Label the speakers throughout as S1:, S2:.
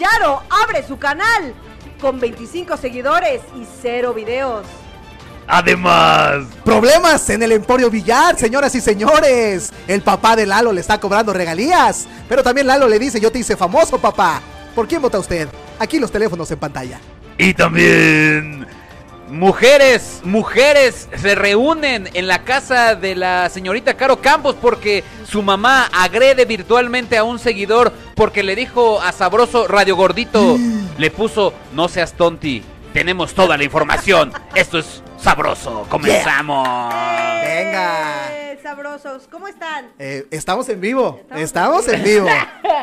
S1: Yaro abre su canal con 25 seguidores y 0 videos.
S2: Además,
S3: Problemas en el Emporio Villar, señoras y señores. El papá de Lalo le está cobrando regalías. Pero también Lalo le dice, yo te hice famoso, papá. ¿Por quién vota usted? Aquí los teléfonos en pantalla.
S2: y también
S4: Mujeres, mujeres se reúnen en la casa de la señorita Caro Campos porque su mamá agrede virtualmente a un seguidor porque le dijo a Sabroso Radio Gordito, le puso, no seas tonti, tenemos toda la información, esto es sabroso, comenzamos.
S3: Venga.
S1: Eh, sabrosos, ¿cómo están?
S3: Eh, estamos en vivo, estamos,
S1: Estamos
S3: en vivo.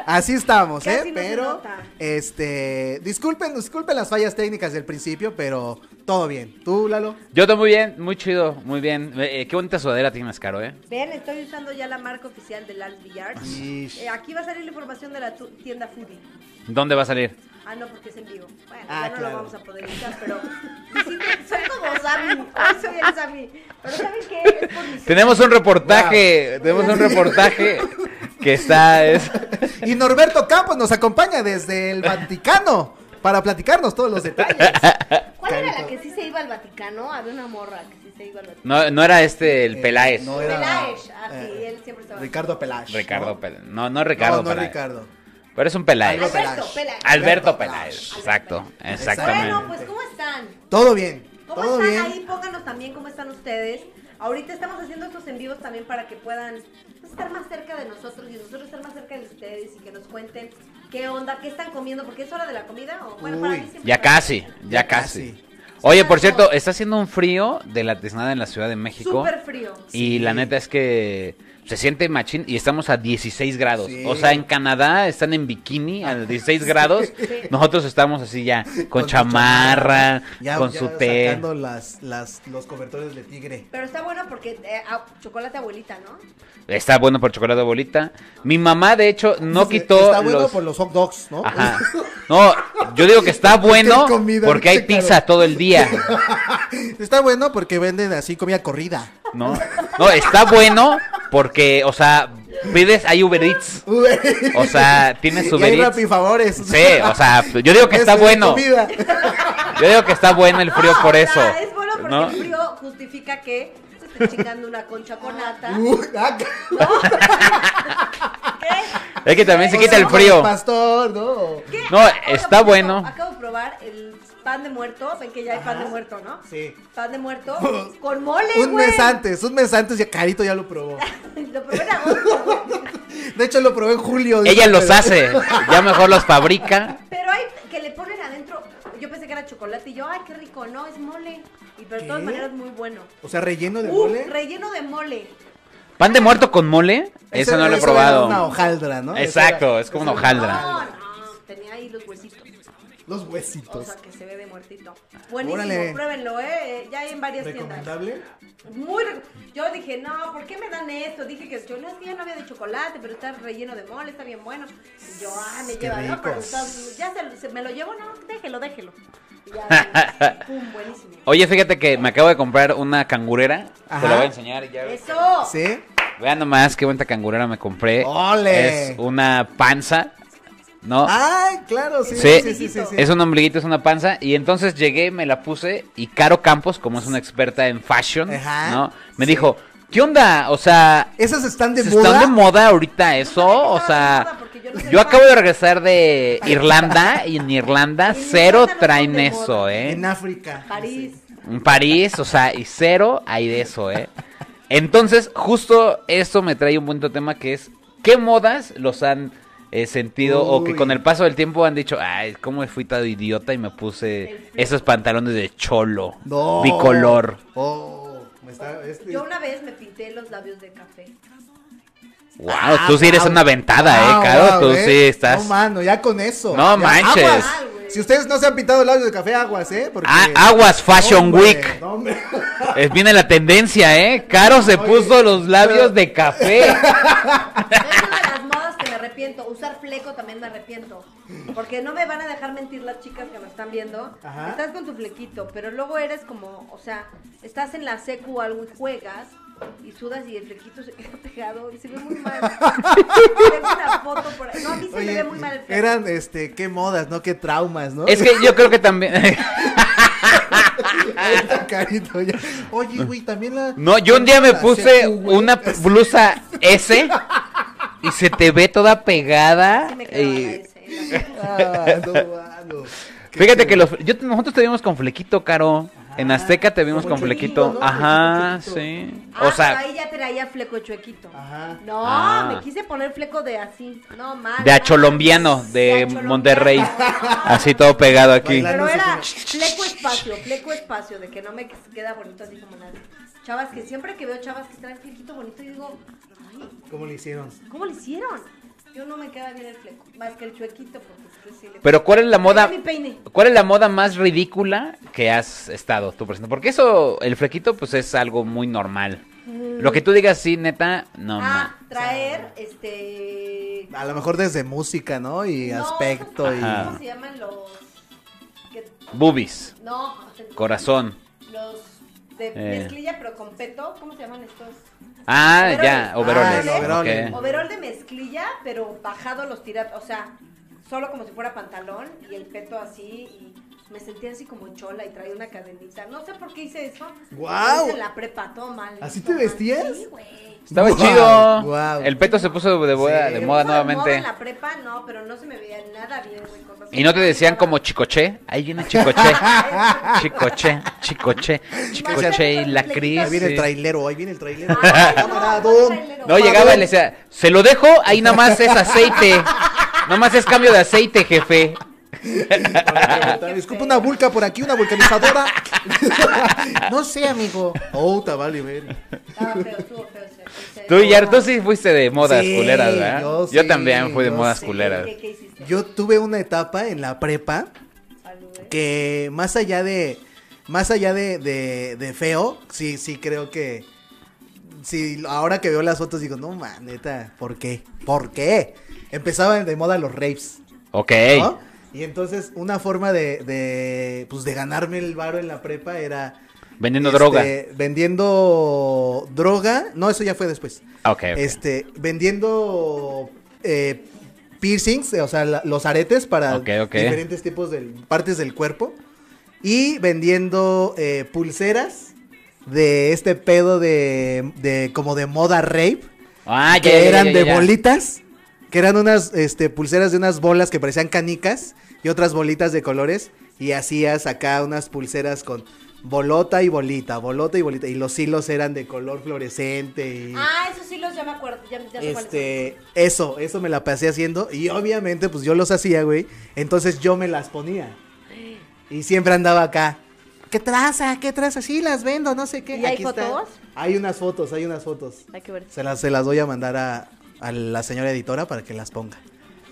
S3: Así estamos,
S1: Casi
S3: ¿eh?
S1: no se
S3: Pero,
S1: nota.
S3: este, disculpen, disculpen las fallas técnicas del principio, pero todo bien. ¿Tú, Lalo?
S4: Yo estoy muy bien, muy chido, muy bien. Eh, eh, qué bonita sudadera tienes, Caro, ¿eh?
S1: Ven, estoy usando ya la marca oficial del Lal Villar. Eh, aquí va a salir la información de la tu- tienda Foodie.
S4: ¿Dónde va a salir?
S1: Ah, no, porque es en vivo. Bueno,
S3: Ah,
S1: ya no
S3: claro.
S1: lo vamos a poder editar, pero sí, sí, soy como Sammy. Hoy soy el Sammy. Pero ¿saben qué? Es por mi
S4: Tenemos un reportaje, tenemos un reportaje que está... es-
S3: Y Norberto Campos nos acompaña desde el Vaticano para platicarnos todos los detalles.
S5: ¿Cuál era la
S3: Tanto.
S5: que sí se iba al Vaticano? Había una morra que sí se iba al Vaticano.
S4: No, no era este el Peláez.
S3: Eh, No era-
S5: Peláez, ah,
S1: Sí,
S3: eh,
S1: él siempre estaba.
S3: Ricardo Peláez.
S4: Ricardo
S3: ¿no?
S4: Peláez. No, no es Ricardo
S3: No, no es
S4: Peláez.
S3: Ricardo.
S4: Pero es un Peláez.
S3: Algo
S4: Alberto,
S5: Alberto
S3: Peláez.
S5: Peláez.
S3: Alberto
S4: Peláez.
S3: Peláez.
S4: Exacto. Exactamente.
S1: Bueno, pues ¿cómo están?
S3: Todo bien.
S1: ¿Cómo
S3: Todo
S1: están
S3: bien.
S1: ahí? Pónganos también cómo están ustedes. Ahorita estamos haciendo estos en vivos también para que puedan pues, estar más cerca de nosotros y nosotros estar más cerca de ustedes y que nos cuenten qué onda, qué están comiendo, porque es hora de la comida. O, bueno, para
S3: Uy,
S1: mí siempre
S4: Ya
S1: es-
S4: casi, ya
S3: Ya
S4: casi.
S3: casi.
S4: Oye, por cierto, está haciendo un frío de la tiznada en la Ciudad de México.
S1: Súper frío.
S4: Y la neta es que se siente machín y estamos a 16 grados.
S3: Sí.
S4: O sea, en Canadá están en bikini a 16 grados. Nosotros estamos así ya con,
S3: su
S4: chamarra,
S3: Ya-
S4: con
S3: ya
S4: su té.
S3: Sacando las, las, los cobertores de tigre.
S1: Pero está bueno porque eh, ah, chocolate abuelita, ¿no?
S4: Está bueno por chocolate bolita. Mi mamá, de hecho, no
S3: Entonces,
S4: quitó
S3: Está bueno
S4: los-
S3: por los hot dogs, ¿no?
S4: Ajá. No, yo digo que está bueno
S3: Porque hay comida,
S4: porque hay
S3: sí, claro.
S4: pizza todo el día.
S3: Está bueno porque venden así comida corrida.
S4: No, no, está bueno porque, o sea, pides, hay Uber Eats. O sea, tienes
S3: Y
S4: Uber
S3: hay
S4: Eats.
S3: rapi favores.
S4: Sí, o sea, yo digo que está bueno.
S3: Comida.
S4: Yo digo que está bueno el frío
S1: No,
S4: por
S1: o sea,
S4: eso.
S1: Ah, es bueno porque
S4: ¿no?
S1: el frío justifica que se esté chingando una concha con nata.
S3: Uy, ah, c-
S1: ¿Qué?
S4: Es que también se
S3: o
S4: quita
S3: sea,
S4: el frío.
S3: Pastor, no.
S1: ¿Qué?
S4: No,
S1: de
S4: está
S1: probar-
S4: bueno.
S1: Acabo de probar el pan de muerto. Ven que ya hay pan de muerto, ¿no?
S3: Sí.
S1: Pan de muerto con mole,
S3: Un
S1: güey.
S3: mes antes, un mes antes ya Carito ya lo probó.
S1: Lo probé en agosto, güey.
S3: De hecho lo probé en julio.
S4: Ella
S3: dice,
S4: los
S3: pero-
S4: hace, ya mejor los fabrica.
S1: Pero hay que le ponen adentro. Yo pensé que era chocolate y yo, ay, qué rico, no, es mole. Y pero de todas
S3: ¿Qué?
S1: maneras muy bueno.
S3: O sea, relleno de
S1: Uf,
S3: mole.
S1: relleno de mole.
S4: Pan de muerto con mole,
S3: Ese-
S4: eso no lo he
S3: eso era Una
S4: probado.
S3: hojaldra, ¿no? Eso
S4: Exacto,
S3: era-
S4: es como
S3: eso
S4: una
S3: era-
S4: hojaldra.
S1: No, no, tenía ahí los huesitos.
S3: Los
S1: O
S3: huesitos.
S1: sea, que se ve de muertito. Buenísimo,
S3: Órale.
S1: pruébenlo, ¿eh? Ya hay en varias tiendas.
S3: ¿Recomendable?
S1: Muy rico. Yo dije, no, ¿por qué me dan esto? Dije que yo no es que yo no había de chocolate, pero está relleno de mole, está bien bueno. Y yo, ah, me
S3: Qué
S1: lleva,
S3: rico.
S1: ¿no? Pero está- ya se, se- me lo llevo, no, déjelo, déjelo. Y ya, pum, buenísimo.
S4: Oye, fíjate que me acabo de comprar una cangurera. Te la
S3: Ajá.
S4: voy a enseñar y ya ves.
S1: Eso.
S3: ¿Sí?
S4: Vean nomás qué bonita cangurera me compré.
S3: ¡Ole!
S4: Es una panza, ¿no?
S3: Ay, claro, sí. Sí,
S4: Sí.
S3: sí, sí. sí, sí.
S4: Es un ombliguito, es una panza. Y entonces llegué, me la puse y Caro Campos, como es una experta en fashion,
S3: Ajá.
S4: ¿no? Me
S3: Sí.
S4: dijo, ¿qué onda? O sea,
S3: Esas están de
S4: ¿se
S3: moda.
S4: están de moda ahorita eso?
S1: No saben que
S4: O
S1: estaban de
S4: sea,
S1: moda, porque yo no soy
S4: yo acabo de
S1: fan.
S4: regresar de Irlanda y en Irlanda
S1: En
S4: cero
S1: Irlanda no
S4: traen
S1: están de
S4: eso,
S1: moda.
S4: ¿eh?
S3: En África.
S1: París.
S4: En París, o sea, y cero hay de eso, ¿eh? Entonces, justo esto me trae un bonito tema que es, ¿qué modas los han eh, sentido o que
S3: Uy.
S4: con el paso del tiempo han dicho, ay, cómo fui tan idiota y me puse esos pantalones de cholo,
S3: No.
S4: bicolor?
S3: Oh, me está. Este...
S1: Yo una vez me pinté los labios de café.
S4: Wow, tú sí eres
S3: wow.
S4: una ventada,
S3: Wow,
S4: ¿eh, Caro?
S3: wow,
S4: tú
S3: Ah, ¿eh?
S4: sí estás...
S3: No, mano, ya con eso.
S4: No
S3: Ya,
S4: manches.
S3: Aguas.
S1: Mal, güey.
S3: Si ustedes no se han pintado labios de café, aguas, ¿eh? Porque...
S4: Ah, aguas Fashion
S3: Hombre,
S4: Week.
S3: no, hombre.
S4: Eh, Viene la tendencia, ¿eh? Caro se puso los labios de café.
S1: Es una de las modas que me arrepiento. Usar fleco también me arrepiento. Porque no me van a dejar mentir las chicas que nos están viendo.
S3: Ajá.
S1: Estás con tu flequito, pero luego eres como, o sea, estás en la secu o algo y juegas. y sudas y el flequito se queda pegado y se ve muy mal. Tengo una foto por ahí. No, a mí se me
S3: Oye,
S1: ve muy mal el flequito.
S3: eran, este, qué modas, ¿no? Qué traumas, ¿no?
S4: Es que yo creo que también.
S3: Ahí está Carito, ya. Oye, güey, también la...
S4: No, yo un día me
S3: la
S4: puse
S3: secu, güey.
S4: una p- blusa S y se te ve toda pegada.
S1: Sí me quedaba
S4: y-
S1: la S.
S3: Ah, no, mano. Qué
S4: Fíjate que
S3: chido.
S4: los, yo- nosotros te vimos con flequito, Caro. En Azteca te vimos
S3: como
S4: con
S3: Chuequito,
S4: flequito.
S3: ¿no?
S4: Ajá,
S3: Como Chuequito.
S4: sí.
S1: Ah,
S4: O
S1: pero
S4: sea,
S1: ahí ya traía fleco chuequito.
S3: Ajá.
S1: No,
S4: Ah.
S1: me quise poner fleco de así. No, mal.
S4: de
S1: mal.
S4: acholombiano de
S1: acholombiano.
S4: Monterrey. Así todo pegado aquí.
S3: Bailando.
S1: Pero era
S3: Así
S1: fleco espacio, fleco espacio, de que no me queda bonito así como nada. Chavas que siempre que veo chavas que traen flequito bonito, yo digo, ay,
S3: ¿Cómo le hicieron?
S1: ¿cómo lo hicieron? Yo no me queda bien el fleco, más que el chuequito, porque pues, sí le-
S4: Pero ¿cuál es la moda?
S1: Mira mi peine.
S4: ¿Cuál es la moda más ridícula que has estado tú presente? Porque eso, el flequito, pues es algo muy normal. Lo que tú digas, sí, neta, no.
S1: Mm. Ah,
S4: ma.
S1: traer, este...
S3: A lo mejor desde música, ¿no? Y
S1: no,
S3: aspecto y...
S4: Ajá.
S1: ¿Cómo se llaman los...? que-
S4: Boobies,
S1: No.
S4: corazón.
S1: Los de
S4: Eh.
S1: mezclilla pero con peto, ¿cómo se llaman estos?
S4: Ah,
S1: Overoles.
S4: ya, overoles.
S1: Ah,
S3: overoles.
S4: ok.
S1: Overol de mezclilla pero bajado los tiras, o sea, solo como si fuera pantalón y el peto así y me sentía así como chola y traía una cadenita. No sé por qué hice eso.
S3: Guau.
S1: Lo hice En la prepa, todo mal.
S3: ¿Así
S1: todo
S3: te
S1: mal.
S3: vestías?
S1: Sí, güey.
S4: Estaba
S3: Guau,
S4: chido.
S3: guau.
S4: El peto se puso de, moda-
S3: Sí.
S4: de
S1: Me
S4: moda
S1: puso moda en
S4: nuevamente.
S1: la prepa, no, pero no se me veía nada bien, güey. cosas
S4: Y no te
S1: así.
S4: decían como chicoche. Ahí viene chicoche. chicoche, chicoche, chicoche y la
S3: Ahí viene el
S4: crisis.
S3: trailero, ahí viene el trailero.
S1: Ay, no,
S3: Camarado.
S1: trailero.
S4: No, llegaba y le decía, se lo dejo, ahí nada más es aceite. Nada más es cambio de aceite, jefe.
S3: Disculpa, una vulca por aquí, una vulcanizadora. no sé, amigo. Oh, ta vale, ver.
S1: Estaba feo, estuvo feo. o sea, ese-
S4: Tú, Yar, tú sí fuiste de modas
S3: Sí,
S4: culeras, ¿verdad?
S3: yo
S4: Yo,
S3: sí,
S4: también fui de
S3: yo
S4: modas
S3: sí.
S4: culeras.
S1: ¿Qué, qué hiciste?
S3: Yo tuve una etapa en la prepa
S1: Salud, ¿eh?
S3: que más allá de más allá de, de, de feo, sí, sí creo que sí, ahora que veo las fotos digo, no man, neta, ¿por qué? ¿Por qué? Empezaban de moda los rapes.
S4: Ok.
S3: ¿no? Y entonces una forma de, de, pues de ganarme el varo en la prepa era
S4: Vendiendo
S3: este,
S4: droga.
S3: vendiendo droga, no, eso ya fue después.
S4: Ah, Ok, ok.
S3: Este, vendiendo eh, piercings, eh, o sea, la- los aretes para
S4: Ok, ok.
S3: diferentes tipos de partes del cuerpo. Y vendiendo eh, pulseras de este pedo de, de como de moda rape,
S4: Ah, ya,
S3: que
S4: ya, ya,
S3: eran
S4: ya,
S3: de
S4: ya.
S3: bolitas, que eran unas este, pulseras de unas bolas que parecían canicas y otras bolitas de colores. Y hacías acá unas pulseras con bolota y bolita, bolota y bolita. Y los hilos eran de color fluorescente. Y
S1: Ah, eso sí los ya me acuerdo, ya, ya sé cuáles
S3: este, eso, eso me la pasé haciendo y obviamente pues yo los hacía, güey. Entonces yo me las ponía. Y siempre andaba acá. ¿Qué traza? ¿Qué traza? Sí, las vendo, no sé qué.
S5: ¿Y hay
S3: están.
S5: fotos?
S3: Hay unas fotos, hay unas fotos.
S5: Hay que ver.
S3: Se las, se las voy a mandar a, a la señora editora para que las ponga.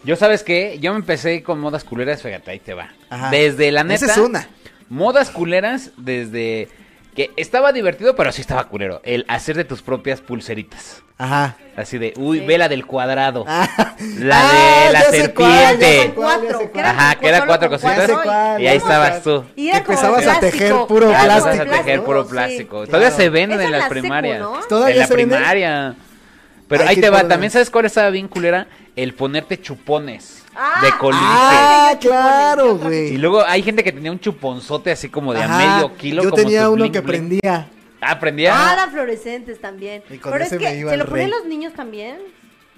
S4: Yo, ¿sabes qué? Yo me empecé con modas culeras, fíjate, ahí te va.
S3: Ajá.
S4: Desde la neta.
S3: Esa es una.
S4: Modas culeras desde que estaba divertido, pero sí estaba culero. El hacer de tus propias pulseritas.
S3: Ajá.
S4: Así de, uy, vela del cuadrado.
S3: Ah,
S4: La
S3: ah,
S4: de la
S3: ya sé cuál, ya sé
S4: serpiente.
S3: cuál, ya sé
S1: Cuatro,
S3: cuál.
S1: eran
S4: Ajá,
S1: como
S4: que eran
S1: solo
S4: cuatro
S1: con
S4: cositas.
S1: cuatro
S3: y-
S4: Y ahí
S3: Ya sé cuál.
S4: estabas tú.
S1: Y era
S3: Que
S1: como
S3: empezabas a
S1: plástico,
S3: tejer puro
S1: era como
S4: Ya empezabas
S3: plástico.
S4: a tejer
S1: ¿no?
S4: puro
S1: Sí.
S4: plástico.
S3: Claro.
S4: Todavía se vende
S1: Esa
S4: en
S1: es la
S4: las
S1: secu,
S4: primarias.
S1: ¿no?
S3: Todavía
S4: en la
S3: se vende.
S4: primaria. Pero
S3: Ay,
S4: ahí
S3: qué
S4: te va.
S3: padre.
S4: También, ¿sabes cuál estaba bien culera? El ponerte chupones
S1: Ah.
S4: de colite.
S3: Ah, claro, güey.
S4: Y luego hay gente que tenía un chuponzote así como de
S3: Ajá,
S4: a medio kilo.
S3: Yo
S4: como
S3: tenía
S4: tu
S3: uno
S4: bling,
S3: que
S4: bling.
S3: prendía.
S4: Ah, aprendía.
S5: Ah, las fluorescentes también.
S3: Y con
S5: Pero
S3: ese
S5: es
S3: me
S5: que
S3: iba
S5: se
S3: el
S5: lo ponen
S3: rey.
S5: los niños también.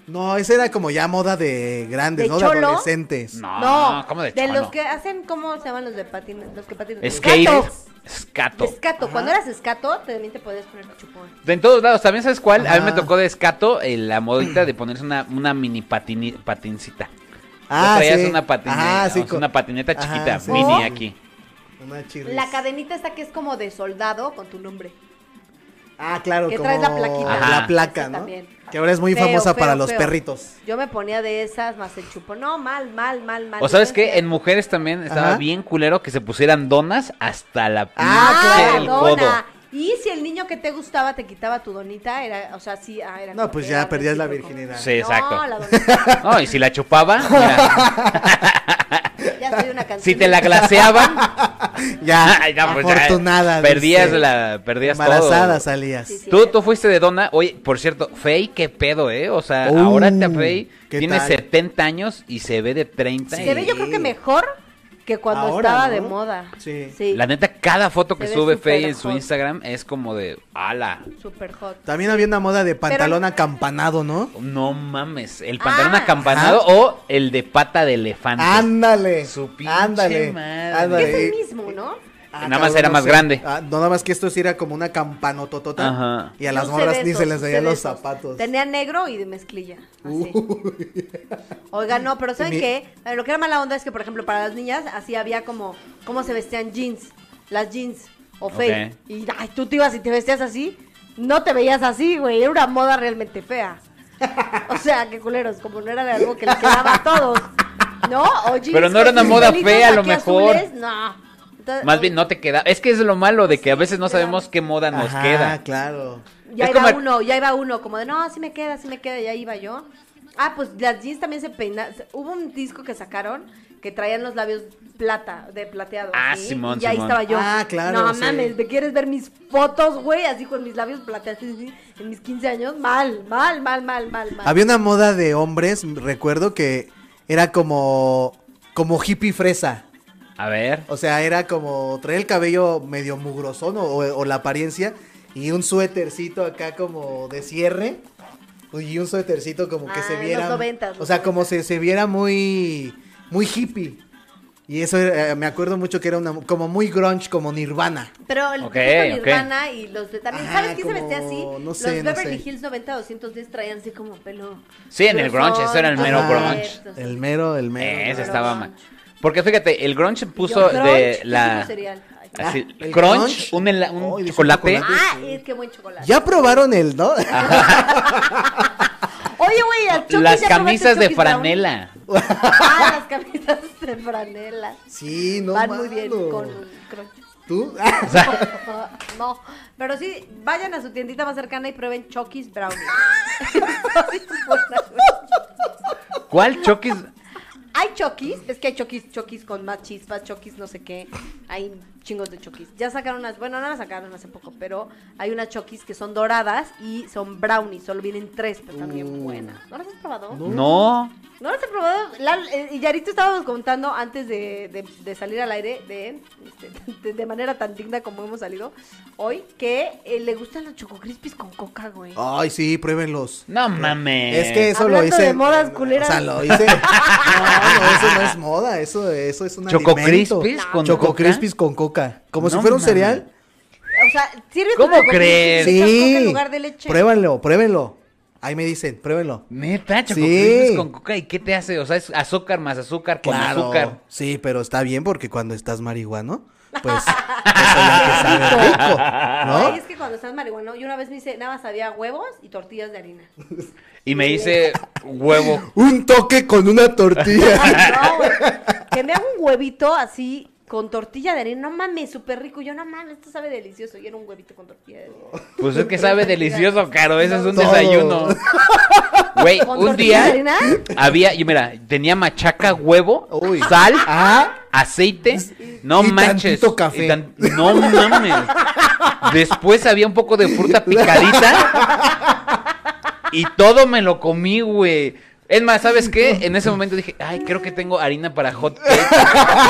S3: No, esa era como ya moda de grandes,
S5: ¿De
S3: ¿no? De
S5: cholo?
S3: adolescentes.
S4: no, Ah, ¿cómo de,
S5: de
S4: cholo?
S5: los que hacen, ¿cómo se llaman los de patines? Los que patinan.
S4: Skate.
S5: Escato.
S4: Escato.
S5: Escato. Cuando eras escato, también te podías poner chupón.
S4: De en todos lados, ¿también sabes cuál? A mí me
S3: Ajá.
S4: tocó de escato eh, la modita de ponerse una, una mini patini- patincita.
S3: Ah,
S4: Tú traías
S3: sí.
S4: una patineta,
S3: Ajá, sí, con-
S4: una patineta
S3: Ajá,
S4: chiquita,
S3: sí,
S4: mini
S3: sí.
S4: aquí.
S3: Una chirris.
S5: La cadenita esta que es como de soldado con tu nombre.
S3: Ah, claro,
S5: que
S3: como
S5: traes la plaquita.
S3: Ajá. la
S4: Ajá.
S3: placa,
S5: Esa
S3: ¿no?
S5: también.
S3: Que ahora es muy
S5: Feo,
S3: famosa
S5: feo,
S3: para los
S5: feo.
S3: perritos.
S5: Yo me ponía de esas más el chupón. No, mal, mal, mal, mal.
S4: O sabes qué, en mujeres también estaba
S3: Ajá.
S4: bien culero que se pusieran donas hasta la
S3: Ah,
S4: pinche
S3: claro.
S4: el
S5: dona.
S4: codo.
S5: Y si el niño que te gustaba te quitaba tu donita, era, o sea, sí, ah, era
S3: No,
S5: como
S3: pues
S5: que
S3: ya
S5: era
S3: perdías la
S5: recíproco.
S3: virginidad.
S4: Sí, exacto.
S5: No, la donita.
S4: No, y si la chupaba, mira,
S5: Ya soy una canción.
S4: si te la glaseaban,
S3: Ya,
S4: Ay, no, pues,
S3: afortunada.
S4: ay, perdías
S3: dice.
S4: la, perdías todo.
S3: Embarazada salías.
S5: Sí, sí.
S4: Tú, tú fuiste de dona. Oye, por cierto, Fey, qué pedo, ¿eh? O sea,
S3: Uh,
S4: ahora te Fey
S3: ¿qué
S4: tiene
S3: tal?
S4: 70 años y se ve de 30.
S3: Sí.
S4: y-
S5: Se ve yo creo que mejor que cuando
S3: Ahora,
S5: estaba
S3: ¿no?
S5: de moda.
S3: Sí.
S4: La neta, cada foto que
S5: Se ve
S4: sube
S5: súper
S4: Fey en su
S5: hot.
S4: Instagram es como de, ala,
S5: Super hot.
S3: También había una moda de pantalón acampanado, ¿no?
S4: no mames, el pantalón
S5: Ah.
S4: acampanado o el de pata de elefante.
S3: Ah, Ándale.
S4: Su pinche
S3: ándale.
S4: madre.
S5: Que es
S3: ándale.
S5: el mismo, ¿no?
S3: Ah,
S4: Nada
S3: cabrón,
S4: más era
S3: no
S4: más
S3: sé.
S4: grande.
S3: Ah, no, nada más que esto sí era como una campanototota.
S4: Ajá.
S3: Y a las
S5: No sé
S3: morras
S5: de
S3: ni
S5: esos,
S3: se les
S5: no sé
S3: veían
S5: de
S3: los
S5: esos.
S3: zapatos.
S5: Tenía negro y de mezclilla. Así. Oiga, no, pero ¿saben
S3: Mi-
S5: qué? Eh, Lo que era mala onda es que, por ejemplo, para las niñas, así había como cómo se vestían jeans, las jeans o fake. Y ay, tú te ibas y te vestías así, no te veías así, güey. Era una moda realmente fea. O sea, qué culeros, como no era algo que les quedaba a todos. ¿No? O jeans
S4: Pero no
S5: con
S4: era una
S5: sus
S4: moda
S5: pelitos
S4: fea, a lo
S5: aquí
S4: mejor.
S5: azules, no. Entonces,
S4: Más bien no te queda. Es que es lo malo de que a
S5: Sí,
S4: veces no
S5: te da-
S4: sabemos qué moda nos
S3: Ajá,
S4: queda.
S3: claro.
S5: Ya
S4: Es
S5: iba
S4: como-
S5: uno, ya iba uno, como de, no, sí me queda, sí me queda, ya iba yo. Ah, pues las jeans también se peinaban. Hubo un disco que sacaron que traían los labios plata, de plateado.
S4: Ah,
S5: ¿sí?
S4: Simón,
S5: Y ahí
S4: Simón.
S5: estaba yo.
S3: Ah, claro,
S5: No
S3: sí.
S5: mames, ¿te quieres ver mis fotos, güey? Así con mis labios plateados así, en mis 15 años. Mal, mal, mal, mal, mal, mal.
S3: Había una moda de hombres, recuerdo que era como como hippie fresa.
S4: A ver.
S3: O sea, era como traer el cabello medio mugrosón o, o la apariencia y un suétercito acá como de cierre y un suétercito como que
S5: Ah,
S3: se
S5: los
S3: viera...
S5: noventas,
S3: o
S5: los
S3: sea, como
S5: noventas.
S3: se, se viera muy, muy hippie. Y eso era- eh, me acuerdo mucho que era una, como muy grunge, como nirvana.
S5: Pero el
S4: Ok,
S5: disco
S4: ok.
S5: Nirvana y los de también,
S3: Ajá,
S5: ¿sabes quién se
S3: como-
S5: vestía así?
S3: no
S5: los
S3: sé, no
S5: Beverly
S3: sé.
S5: Hills 90 210 traían así como pelo.
S4: Sí, en el
S5: grosón,
S4: grunge, eso era el mero
S5: todo
S3: Ajá,
S4: grunge.
S5: esto, sí.
S3: El mero, el mero.
S4: Eh, ese
S5: no,
S4: estaba
S5: no.
S4: mal. Porque fíjate, el grunge puso
S5: Yo,
S4: de
S5: crunch, es
S4: la.
S5: un cereal. Ay,
S4: Así,
S3: Ah, el
S4: crunch,
S3: crunch.
S4: un, hela- un
S3: Oh, y de
S4: chocolate.
S3: chocolate.
S5: Ah, es que buen chocolate.
S3: Ya probaron el, ¿no?
S5: Oye, güey, al Chucky
S4: Las
S5: Ah, ya probaste
S4: camisas
S5: el
S4: de
S5: Chucky Brown.
S4: franela.
S5: Ah, las camisas de franela.
S3: Sí, no
S5: Van muy bien
S3: mano.
S5: con un crunch.
S3: ¿Tú?
S4: O sea,
S5: No, pero sí, vayan a su tiendita más cercana y prueben Chucky's Brownie.
S4: ¿cuál choques?
S5: hay Chucky's, es que hay Chucky's, Chucky's con más chispas, Chucky's no sé qué. Hay chingos de Chucky's. Ya sacaron unas, bueno, no las sacaron hace poco, pero hay unas Chucky's que son doradas y son brownies. Solo vienen tres, pero están bien buenas. ¿No las has probado?
S3: Uh.
S4: No.
S5: No las he probado. Lal- eh, y Yarito estábamos contando antes de, de- de salir al aire, de, este, de, de manera tan digna como hemos salido hoy, que eh, le gustan los Choco Crispies con coca, güey.
S3: Ay, sí, pruébenlos.
S4: No mames.
S3: Es que eso lo
S5: Hablando
S3: hice.
S5: de modas culeras.
S3: O sea, lo hice. No, no, eso no es moda, eso, eso es un
S4: Choco
S3: alimento.
S4: Crispies con
S3: Choco
S4: coca.
S3: Crispies con coca. Como si
S4: No
S3: fuera un
S4: mames.
S3: cereal.
S5: O sea, ¿sirve
S4: ¿Cómo crees?
S5: Crispies con
S3: Sí.
S5: coca en lugar de leche?
S3: Pruébanlo, pruébenlo. Ahí me dicen, pruébenlo.
S4: Neta, choco
S3: Sí.
S4: Crispies con coca. ¿Y qué te hace? O sea, es azúcar más azúcar con azúcar.
S3: Sí, pero está bien porque cuando estás marihuano, pues eso ya te sabe rico,
S5: Ay,
S3: ¿no?
S5: es que cuando estás marihuana, yo una vez me hice, nada más había huevos y tortillas de harina.
S4: Y me hice huevo.
S3: Un toque con una tortilla.
S5: No, güey. Que me haga un huevito así con tortilla de harina. No mames, súper rico. Yo, no mames, esto sabe delicioso. Y era un huevito con tortilla de harina.
S4: Pues es que sabe delicioso, Caro. Ese es un
S3: Todo.
S4: desayuno. Güey,
S5: ¿Con
S4: un
S5: tortilla de
S4: día
S5: harina?
S4: había, y mira, tenía machaca, huevo,
S3: Uy.
S4: sal,
S3: Ah,
S4: aceite, no
S3: Y
S4: manches.
S3: tantito café.
S4: y no mames. Después había un poco de fruta picadita. Y todo me lo comí, güey. Es más, ¿sabes qué? En ese momento dije, ay, creo que tengo harina para hot cake.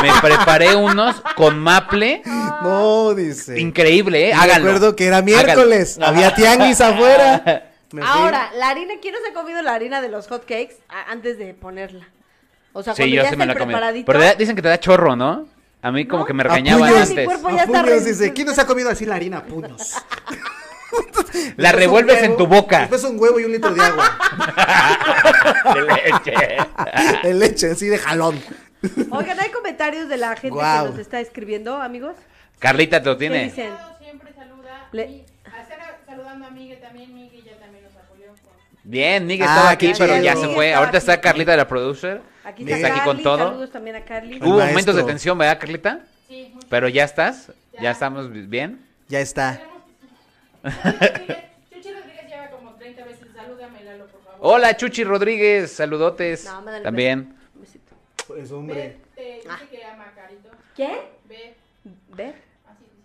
S4: Me preparé unos con maple.
S3: no, dice.
S4: Increíble, ¿eh?
S3: Y
S4: Háganlo.
S3: Recuerdo que era
S4: Háganlo.
S3: miércoles, había tianguis afuera. Me fui.
S5: Ahora, la harina, ¿quién no se ha comido la harina de los hotcakes antes de ponerla? O sea,
S4: Sí,
S5: cuando
S4: yo
S5: ya
S4: sí me
S5: está
S4: la
S5: el
S4: comí.
S5: preparadito.
S4: Pero da- dicen que te da chorro, ¿no? A mí como
S5: No.
S4: que me regañaban
S3: Apuños.
S4: antes.
S5: Mi cuerpo ya
S3: A
S5: está
S3: puños,
S5: re-
S3: dice, ¿quién nos ha comido así la harina a puños?
S4: La
S3: Después un
S4: revuelves
S3: huevo,
S4: en tu boca.
S3: Después un huevo y un litro de agua.
S4: De leche.
S3: De leche, así de jalón.
S5: Oigan, hay comentarios de la gente
S3: Guau.
S5: que nos está escribiendo, amigos.
S4: Carlita te lo
S5: ¿Qué
S4: tiene.
S5: dicen?
S6: Siempre saluda.
S5: Le-
S6: y estar saludando a Miguel también. Miguel ya también nos apoyó. con-
S4: Bien, Nick
S3: Ah,
S4: estaba aquí,
S3: qué
S4: pero ya
S3: chido.
S4: se fue.
S5: Estaba
S4: Ahorita
S5: aquí.
S4: está Carlita de la producer.
S5: Aquí
S4: Está
S5: está,
S4: aquí
S5: Carly,
S4: con todo.
S5: saludos también a Carly.
S3: Uy.
S4: Hubo
S3: maestro.
S4: momentos de tensión, ¿verdad, Carlita?
S6: Sí, mucho.
S4: Pero ya estás. Ya
S6: Ya.
S4: estamos bien.
S3: Ya está.
S6: Chuchi Rodríguez- Chuchi Rodríguez lleva como 30 veces. Salúdame, Lalo, por favor.
S4: Hola, Chuchi Rodríguez. Saludotes.
S5: No, me da el
S4: También.
S5: Un besito.
S3: Pues
S6: Ve, te dice que ama a Carito.
S5: ¿Qué?
S6: Ve,
S5: ¿Ver?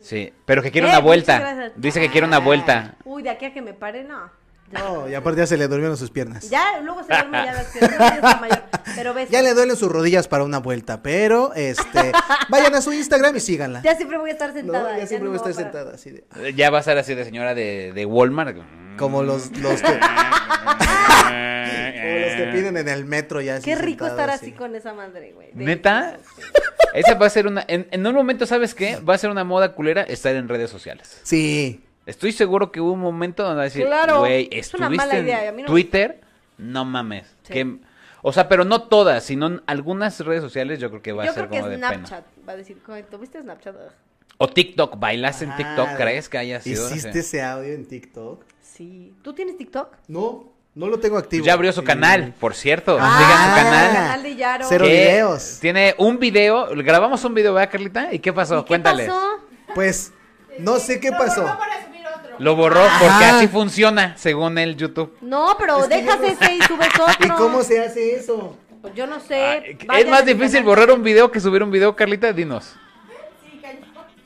S4: Sí, pero que quiere
S5: Eh,
S4: una
S5: muchas
S4: vuelta.
S5: gracias. Ah.
S4: Dice que quiere una vuelta.
S5: Uy, de aquí a que me pare, no.
S3: No, y aparte ya se le durmieron sus piernas.
S5: Ya, luego se duerme ya las piernas, ya está mayor. Pero ves.
S3: Ya le duelen sus rodillas para una vuelta, pero este vayan a su Instagram y síganla.
S5: Ya siempre voy a estar
S3: No,
S5: sentada.
S3: ya siempre
S5: no
S3: voy a estar
S5: me voy a
S3: sentada
S5: parar.
S3: así de-
S4: Ya va a ser así de señora de, de Walmart.
S3: como los Mm. los que, como los
S4: Eh.
S3: que piden en el metro ya así
S5: Qué rico
S3: sentado
S5: estar así con esa madre, güey. De-
S4: ¿Neta? Esa va a ser una. En, en un momento, ¿sabes qué? Va a ser una moda culera estar en redes sociales.
S3: Sí.
S4: Estoy seguro que hubo un momento donde va a decir,
S5: Claro,
S4: güey,
S5: es
S4: estuviste
S5: una mala
S4: en
S5: idea, a mí no me-
S4: Twitter, no mames.
S5: Sí.
S4: qué- O sea, pero no todas, sino en algunas redes sociales yo creo que va a
S5: Yo
S4: ser
S5: creo que
S4: como de pena.
S5: Snapchat va a decir, "Ay, ¿tuviste Snapchat? Ah, Ugh".
S4: O TikTok, bailas en TikTok,
S3: Ah,
S4: ¿crees que haya sido?
S3: ¿Hiciste
S4: Sí.
S3: ese audio en TikTok?
S5: Sí. ¿Tú tienes TikTok?
S3: No, no lo tengo activo. Eh,
S4: Ya abrió su
S3: Sí.
S4: canal, por cierto.
S5: Ah,
S4: Sigan su
S5: el
S4: canal.
S5: canal de Yaro.
S3: Cero
S4: que
S3: videos.
S4: Tiene un video, grabamos un video, ¿verdad, Carlita? ¿Y qué pasó?
S5: ¿Y qué
S4: Cuéntales.
S5: pasó?
S3: Pues no sé qué
S6: Lo
S3: pasó.
S6: borró para subir otro.
S4: Lo borró porque
S3: Ajá.
S4: así funciona, según el YouTube.
S5: No, pero
S3: Es que
S5: dejas
S3: yo no-
S5: ese y subes otro.
S3: ¿Y cómo se hace eso?
S5: Pues Yo no
S4: Ah,
S5: sé.
S4: es
S5: vayan a
S4: más
S5: mi
S4: difícil
S5: canal.
S4: borrar un video que subir un video, Carlita, dinos.
S6: Sí, cañón.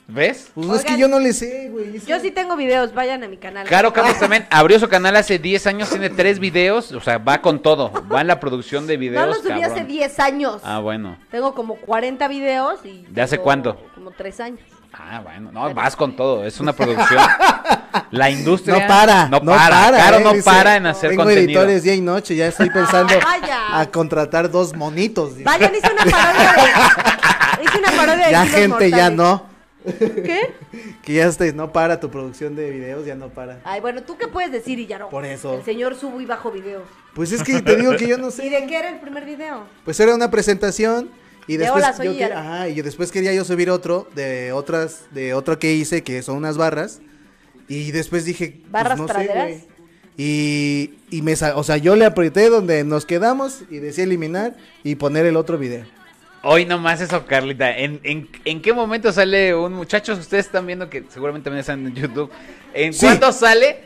S4: ¿Ves?
S3: Pues no es que
S5: Oigan.
S3: yo no le sé, güey. eso-
S5: Yo sí tengo videos, vayan a mi canal.
S4: Caro Campos también abrió su canal hace 10 años, tiene 3 videos, o sea, va con todo, va en la producción de videos.
S5: No los subí
S4: cabrón.
S5: hace 10 años.
S4: Ah, bueno.
S5: Tengo como 40 videos y...
S4: ¿De hace
S5: como-
S4: cuánto?
S5: Como 3 años.
S4: Ah, bueno, no, vas con todo, es una producción. La industria
S3: No para,
S4: no para, Caro
S3: eh,
S4: no
S3: dice,
S4: para en hacer
S3: Tengo
S4: contenido.
S3: editores día y noche, ya estoy pensando
S5: Vaya.
S3: a contratar dos monitos. dice.
S5: Vayan, hice una parodia de... hice una parodia de
S3: Ya
S5: Kilos
S3: gente ya
S5: Mortales.
S3: no,
S5: ¿Qué?
S3: que ya estés, no para tu producción de videos, ya no para.
S5: Ay, bueno, ¿tú qué puedes decir, Yaro?
S3: Por eso.
S5: El señor subo y bajo videos.
S3: Pues es que te digo que yo no
S5: ¿Y
S3: sé.
S5: de qué era el primer video?
S3: Pues era una presentación y
S5: De
S3: después
S5: hola, soy
S3: yo
S5: Yara.
S3: quería, ajá, y yo después quería yo subir otro de otras de otro que hice que son unas barras y después dije pues,
S5: ¿Barras
S3: no sé,
S5: praderas?
S3: güey. y, y me sa- o sea, yo le apreté donde nos quedamos y decía eliminar y poner el otro video.
S4: Hoy nomás eso, Carlita. ¿En, en, en qué momento sale un muchacho? Ustedes están viendo que seguramente también están en YouTube. ¿En
S3: Sí.
S4: cuánto sale?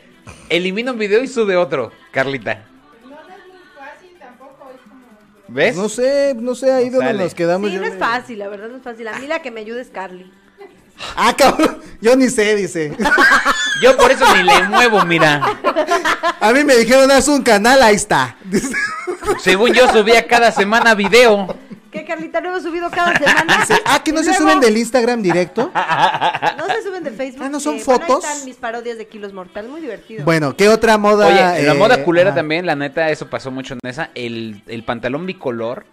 S4: Elimina un video y sube otro, Carlita.
S6: No, no es muy fácil tampoco. Es como.
S4: ¿Ves?
S3: Pues No sé, no sé ahí
S4: No
S3: donde
S4: sale.
S3: nos quedamos.
S5: Sí,
S3: yo
S5: no es
S3: le-
S5: fácil, la verdad no es fácil. A mí la que me ayuda es Carly.
S3: Ah, cabrón, yo ni sé, dice.
S4: Yo por eso ni le muevo, mira.
S3: A mí me dijeron, haz un canal, ahí está. Dice,
S4: Según yo subía cada semana video.
S5: ¿Qué, Carlita? ¿No hemos subido cada semana?
S3: ah, que no
S5: Y
S3: se
S5: luego,
S3: suben del Instagram directo.
S5: No se suben de Facebook.
S3: Ah, ¿no son
S1: eh,
S5: que, bueno, ahí
S3: fotos?
S5: están mis parodias de Kilos Mortal, muy divertido.
S3: Bueno, ¿qué otra moda?
S4: Oye, en la
S3: eh,
S4: moda culera
S3: ajá?
S4: también, la neta, eso pasó mucho en esa. El, el pantalón bicolor,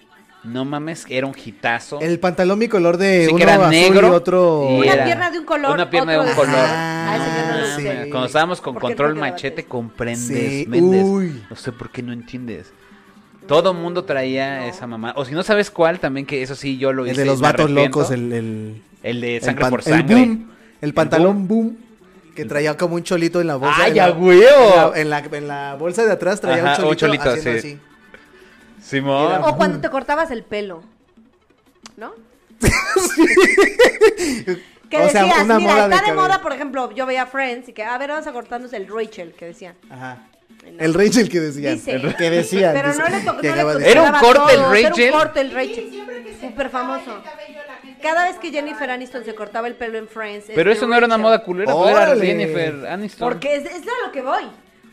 S4: no mames, era un hitazo.
S3: El pantalón mi color de
S4: Sí, que
S3: uno
S4: era
S3: azul
S4: negro
S3: y otro.
S4: y
S5: Una
S4: era-
S5: pierna de un color,
S4: Una pierna de
S5: otro
S4: un
S5: de-
S4: color.
S5: Ah, ese yo no lo
S4: Ah,
S5: sé.
S4: mira, Cuando estábamos con
S5: ¿Por qué
S4: control
S5: no te lo
S4: machete,
S5: haces?
S4: comprendes,
S3: Sí,
S4: Méndez.
S3: uy.
S4: No sé por qué no entiendes. Todo mundo traía esa mamá. O si no sabes cuál, también que eso sí yo lo hice.
S3: El de
S4: y
S3: los
S4: me
S3: vatos
S4: arrepiento.
S3: locos, el. El,
S4: El de
S3: el
S4: sangre
S3: pan-
S4: por
S3: el
S4: sangre.
S3: boom. El pantalón boom. Que traía como un cholito en la bolsa.
S4: ¡Ay,
S3: en la-
S4: a huevo!
S3: En la, en la- en la bolsa de atrás traía
S4: Ajá,
S3: un
S4: un
S3: cholito.
S4: cholito,
S3: haciendo
S4: sí.
S3: así.
S4: Simón.
S5: O cuando te cortabas el pelo. ¿No? Que
S3: O sea,
S5: decías,
S3: una
S5: mira,
S3: moda de
S5: está de,
S3: cabello".
S5: moda, por ejemplo, yo veía Friends y que, "Ah, a ver, vamos a cortarnos el Rachel, que decían.
S3: Ajá. El Rachel que decía.
S5: Dice,
S3: que decía.
S5: Pero
S3: dice,
S5: no le tocó.
S3: que
S5: no le
S3: acaba de-
S5: tocaba
S4: Era un corte el
S5: todo,
S4: Rachel.
S5: Era un corte el
S6: Sí,
S5: Rachel.
S6: siempre que se.
S5: Súper
S6: cortaba el
S5: famoso.
S6: cabello, la gente
S5: Cada
S6: se
S5: vez que
S6: cortaba.
S5: Jennifer Aniston se cortaba el pelo en Friends.
S4: Pero
S5: este
S4: eso no era una
S5: Rachel.
S4: moda culera, pues era
S3: ¡Órale!
S4: Jennifer Aniston.
S5: Porque es, es a lo que voy.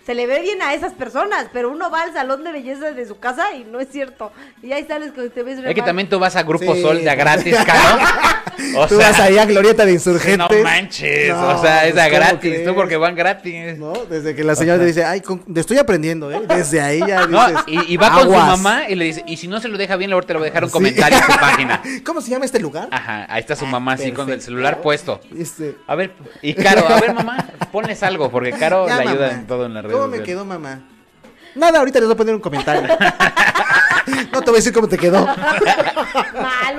S5: Se le ve bien a esas personas, pero uno va al salón de belleza de su casa y no es cierto. Y ahí sales con te ves re
S4: Es que
S5: mal.
S4: también tú vas a Grupo
S3: Sí.
S4: Sol de a gratis, cabrón. O
S3: Tú
S4: sea,
S3: vas allá, Glorieta de Insurgentes.
S4: no manches.
S3: No,
S4: o sea, es
S3: pues,
S4: a
S3: ¿cómo
S4: gratis.
S3: crees?
S4: Tú porque van gratis.
S3: ¿No? Desde que la señora te dice, ay, con- te estoy aprendiendo, ¿eh? Desde ahí ya
S4: No,
S3: dices.
S4: y, y va con
S3: "Aguas".
S4: su mamá y le dice, y si no se lo deja bien, luego te lo voy a dejar un
S3: Sí.
S4: comentario en su página.
S3: ¿Cómo se llama este lugar?
S4: Ajá, ahí está su mamá así con el
S3: perfecto.
S4: celular puesto.
S3: Este.
S4: A ver, y Caro, a ver mamá, ponles algo, porque Caro
S3: Ya,
S4: le ayuda
S3: mamá.
S4: en todo en la red.
S3: ¿Cómo me quedó, mamá? Nada, ahorita les voy a poner un comentario. no te voy a decir cómo te quedó.
S5: Mal,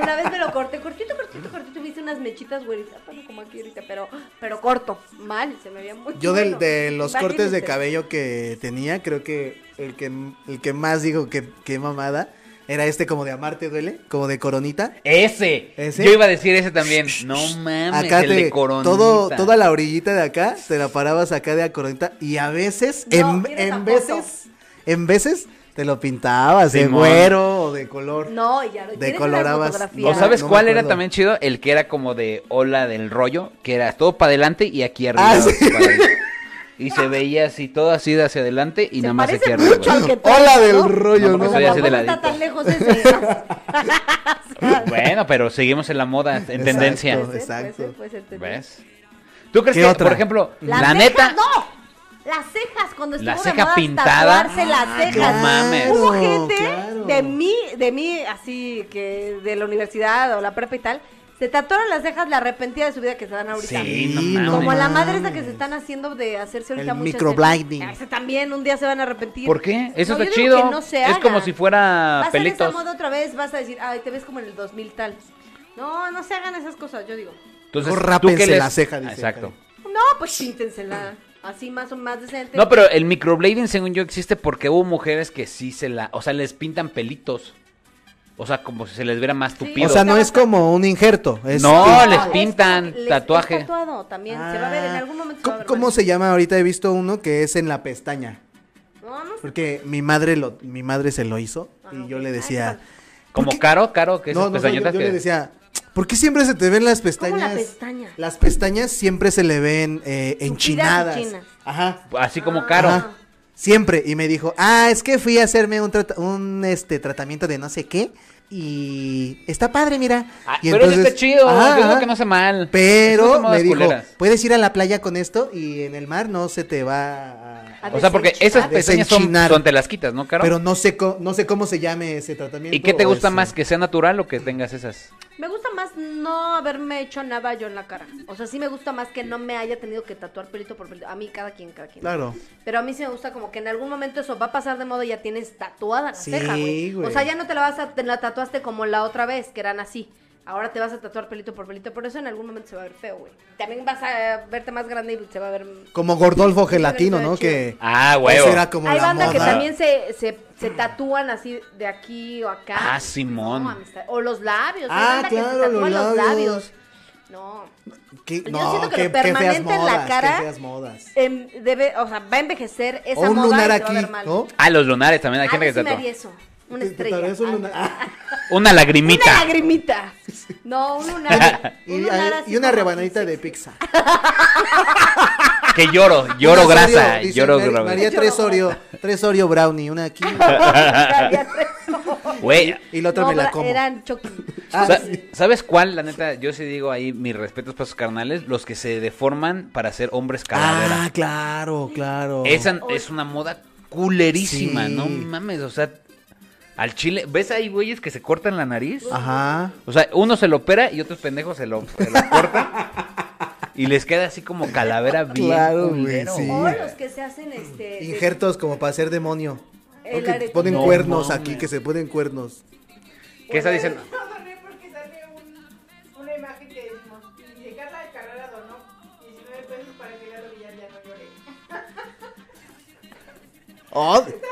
S5: una vez me lo corté, cortito, cortito, cortito, me hice unas mechitas güeritas, bueno, como aquí ahorita, pero, pero corto, mal, se me veía muy
S3: Yo del-
S5: bueno.
S3: de los cortes de
S5: Imagínense.
S3: cabello que tenía, creo que el que, el que más digo que, que mamada era este como de amarte duele, como de coronita.
S4: Ese.
S3: ¿Ese?
S4: Yo iba a decir ese también. No mames,
S3: Acá
S4: el
S3: te,
S4: de coronita.
S3: todo, toda la orillita de acá, te la parabas acá de la coronita y a veces,
S5: No,
S3: en,
S5: mira
S3: en
S5: la foto.
S3: veces, en veces te Te lo pintabas de
S4: Simón.
S3: güero o de color.
S5: No, y ya lo tienes en las
S3: Decolorabas.
S5: fotografías.
S4: ¿O
S3: No,
S4: sabes
S3: no me
S4: cuál era
S3: acuerdo.
S4: también chido? El que era como de ola del rollo, que era todo para adelante y aquí arriba.
S3: Ah, sí.
S4: para adelante. Y se veía así, todo así de hacia adelante y
S5: Se
S4: nada más
S5: parece
S4: aquí arriba.
S5: mucho al que traes,
S3: Hola del
S5: ¿no?
S3: rollo,
S4: No,
S5: O
S3: ¿no?
S5: sea,
S4: soy así de
S5: tampoco está
S4: ladito.
S5: tan lejos ese.
S4: güey. Bueno, pero seguimos en la moda, en
S3: Exacto.
S4: tendencia.
S5: Puede ser,
S3: Exacto.
S5: puede ser, puede ser, puede ser.
S4: ¿Ves? ¿Tú crees
S3: ¿Qué
S4: que,
S3: otra?
S4: por ejemplo,
S5: Las
S4: la
S5: cejas,
S4: neta,
S5: ¡No! Las cejas, cuando estuvo
S4: La
S5: de
S4: ceja
S5: moda
S4: pintada.
S5: tatuarse las
S4: Ah,
S5: cejas.
S4: no mames.
S5: Hubo
S3: Claro,
S5: gente
S3: claro.
S5: de mí, de mí, así que de la universidad o la prepa y tal, se tatuaron las cejas la arrepentida de su vida que se dan ahorita.
S4: Sí, no mames.
S5: Como la madre
S3: mames.
S5: esa que se están haciendo de hacerse ahorita
S3: El
S5: muchas
S3: microblinding.
S5: cejas. Ese también un día se van a arrepentir.
S4: ¿por qué? Eso
S5: No,
S4: está
S5: yo digo
S4: chido.
S5: que no se
S4: es
S5: hagan.
S4: como si
S5: Vas
S4: fuera
S5: a ver esa
S4: pelitos.
S5: moda otra vez, vas a decir, ay, te ves como en el 2000 tal. No, no se hagan esas cosas, yo digo.
S4: Entonces,
S3: Mejor
S4: ¿tú qué
S3: rápense
S4: les-
S3: la ceja, dice
S4: Exacto.
S3: Karim.
S5: No, pues píntensela. Así más o más decente.
S4: No, pero el microblading, según yo, existe porque hubo mujeres que sí se la. O sea, les pintan pelitos. O sea, como si se les viera más tupido.
S3: O sea, no es como un injerto. es
S4: No,
S3: que-
S4: No, Oh, les
S5: es
S4: pintan
S5: como que
S4: tatuaje.
S5: es tatuado también. Se va a ver en algún momento. se va a
S3: ¿Cómo,
S5: ver
S3: cómo
S5: mal.
S3: se llama? Ahorita he visto uno que es en la pestaña.
S5: No, no sé.
S3: Porque mi madre lo, mi madre se lo hizo
S5: Ah,
S3: y
S5: ok.
S3: yo
S5: Ah,
S3: le
S5: qué
S3: decía.
S5: padre.
S4: Como
S3: ¿por qué-
S4: caro, caro, que esas
S3: No, no, no, yo,
S4: pestañotas
S3: yo le
S4: que-
S3: decía, ¿por qué siempre se te ven las
S5: ¿Cómo
S3: pestañas?
S5: la pestaña?
S3: Las pestañas siempre se le ven eh,
S5: y
S3: enchinadas.
S5: chinas.
S3: Ajá.
S4: Así como caro.
S3: Ajá. Siempre. Y me dijo, ah, es que fui a hacerme un, trata- un este tratamiento de no sé qué. Y está padre, mira.
S4: Ah,
S3: Y
S4: pero eso
S3: entonces-
S4: está chido.
S3: Ajá,
S4: yo digo
S3: ajá.
S4: que no hace mal. Esas son
S3: Pero
S4: modas
S3: me dijo,
S4: culeras.
S3: puedes ir a la playa con esto y en el mar no se te va a...
S5: A
S4: O sea, porque esas
S5: desenchinar.
S4: pestañas son,
S3: Desenchinar.
S4: son te las quitas, ¿no, caro?
S3: Pero no sé, co- no sé cómo se llame ese tratamiento. este,
S4: ¿Y qué te
S3: o
S4: gusta
S3: ese-
S4: más? ¿Que sea natural o que tengas esas?
S5: Me gusta más no haberme hecho nada yo en la cara. O sea, sí me gusta más que no me haya tenido que tatuar pelito por pelito. A mí, cada quien, cada quien.
S3: Claro.
S5: Pero a mí sí me gusta como que en algún momento eso va a pasar de moda y ya tienes tatuada la
S3: Sí,
S5: ceja, güey.
S3: güey.
S5: O sea, ya no te la vas a, te la tatuaste como la otra vez, que eran así. Ahora te vas a tatuar pelito por pelito, por eso en algún momento se va a ver feo, güey. También vas a verte más grande y se va a ver...
S3: Como Gordolfo Gelatino, ¿no? Que...
S4: Ah,
S3: Eso
S4: huevo.
S3: era como
S5: Hay
S3: la
S5: banda que
S3: moda.
S5: también se, se, se tatúan así de aquí o acá.
S4: Ah, Simón.
S5: No, amistad. o los labios. Hay
S3: Ah,
S5: banda que se
S3: claro, los
S5: tatúa los
S3: labios.
S5: labios. No.
S3: que-
S5: Yo
S3: no,
S5: siento que
S3: qué-
S5: lo
S3: qué feas
S5: permanente en la
S3: modas, qué
S5: cara-
S3: feas modas.
S5: Em, debe, o sea, va a envejecer esa
S3: O un
S5: moda y
S3: lunar
S5: se va
S3: aquí,
S5: a ver mal.
S3: ¿no?
S4: Ah, los lunares también. Hay
S5: Ah,
S4: gente que
S5: yo sí me
S4: tatúa.
S5: haría eso. Una
S3: Te- te
S5: estrella.
S3: traes un
S5: Ah,
S3: lunar- ah,
S4: Una lagrimita.
S5: Una lagrimita. No, un lunar.
S3: y,
S5: un lunar
S3: ah,
S5: así
S3: y una
S5: como
S3: rebanadita de
S5: sexy.
S3: pizza.
S4: Que lloro, lloro
S3: Una Oreo,
S4: grasa.
S3: dice
S4: lloro
S3: Mar-
S4: grasa.
S3: María, tres Oreo, tres Oreo brownie, una aquí
S5: Estaría fresco.
S4: Güey,
S3: y la otra
S5: No,
S3: me la
S5: bra-
S3: como.
S5: Eran choquis.
S3: Ah,
S4: Sa-
S3: sí.
S4: ¿Sabes cuál? La neta, yo sí digo ahí mis respetos para sus carnales, los que se deforman para ser hombres
S3: Ah,
S4: calavera.
S3: claro, claro.
S4: Esa es una moda culerísima,
S3: Sí.
S4: no mames, o sea, al chile, ¿ves ahí güeyes que se cortan la nariz?
S3: Ajá.
S4: O sea, uno se lo opera y otros pendejos se lo, se lo cortan y les queda así como calavera bien
S3: Claro, güey,
S4: culero.
S3: sí.
S5: O los que se hacen este. de-
S3: Injertos como para ser demonio. ¿no?
S5: El
S3: Que
S5: arete.
S3: ponen
S4: No
S3: cuernos
S4: mames.
S3: aquí, que se ponen cuernos.
S4: Que esa dicen,
S6: No doné porque sale un- una imagen que decimos, y de Carla de Carrera donó 19 pesos para que Lalo Villar ya no llore.
S3: Oh,
S6: Gracioso.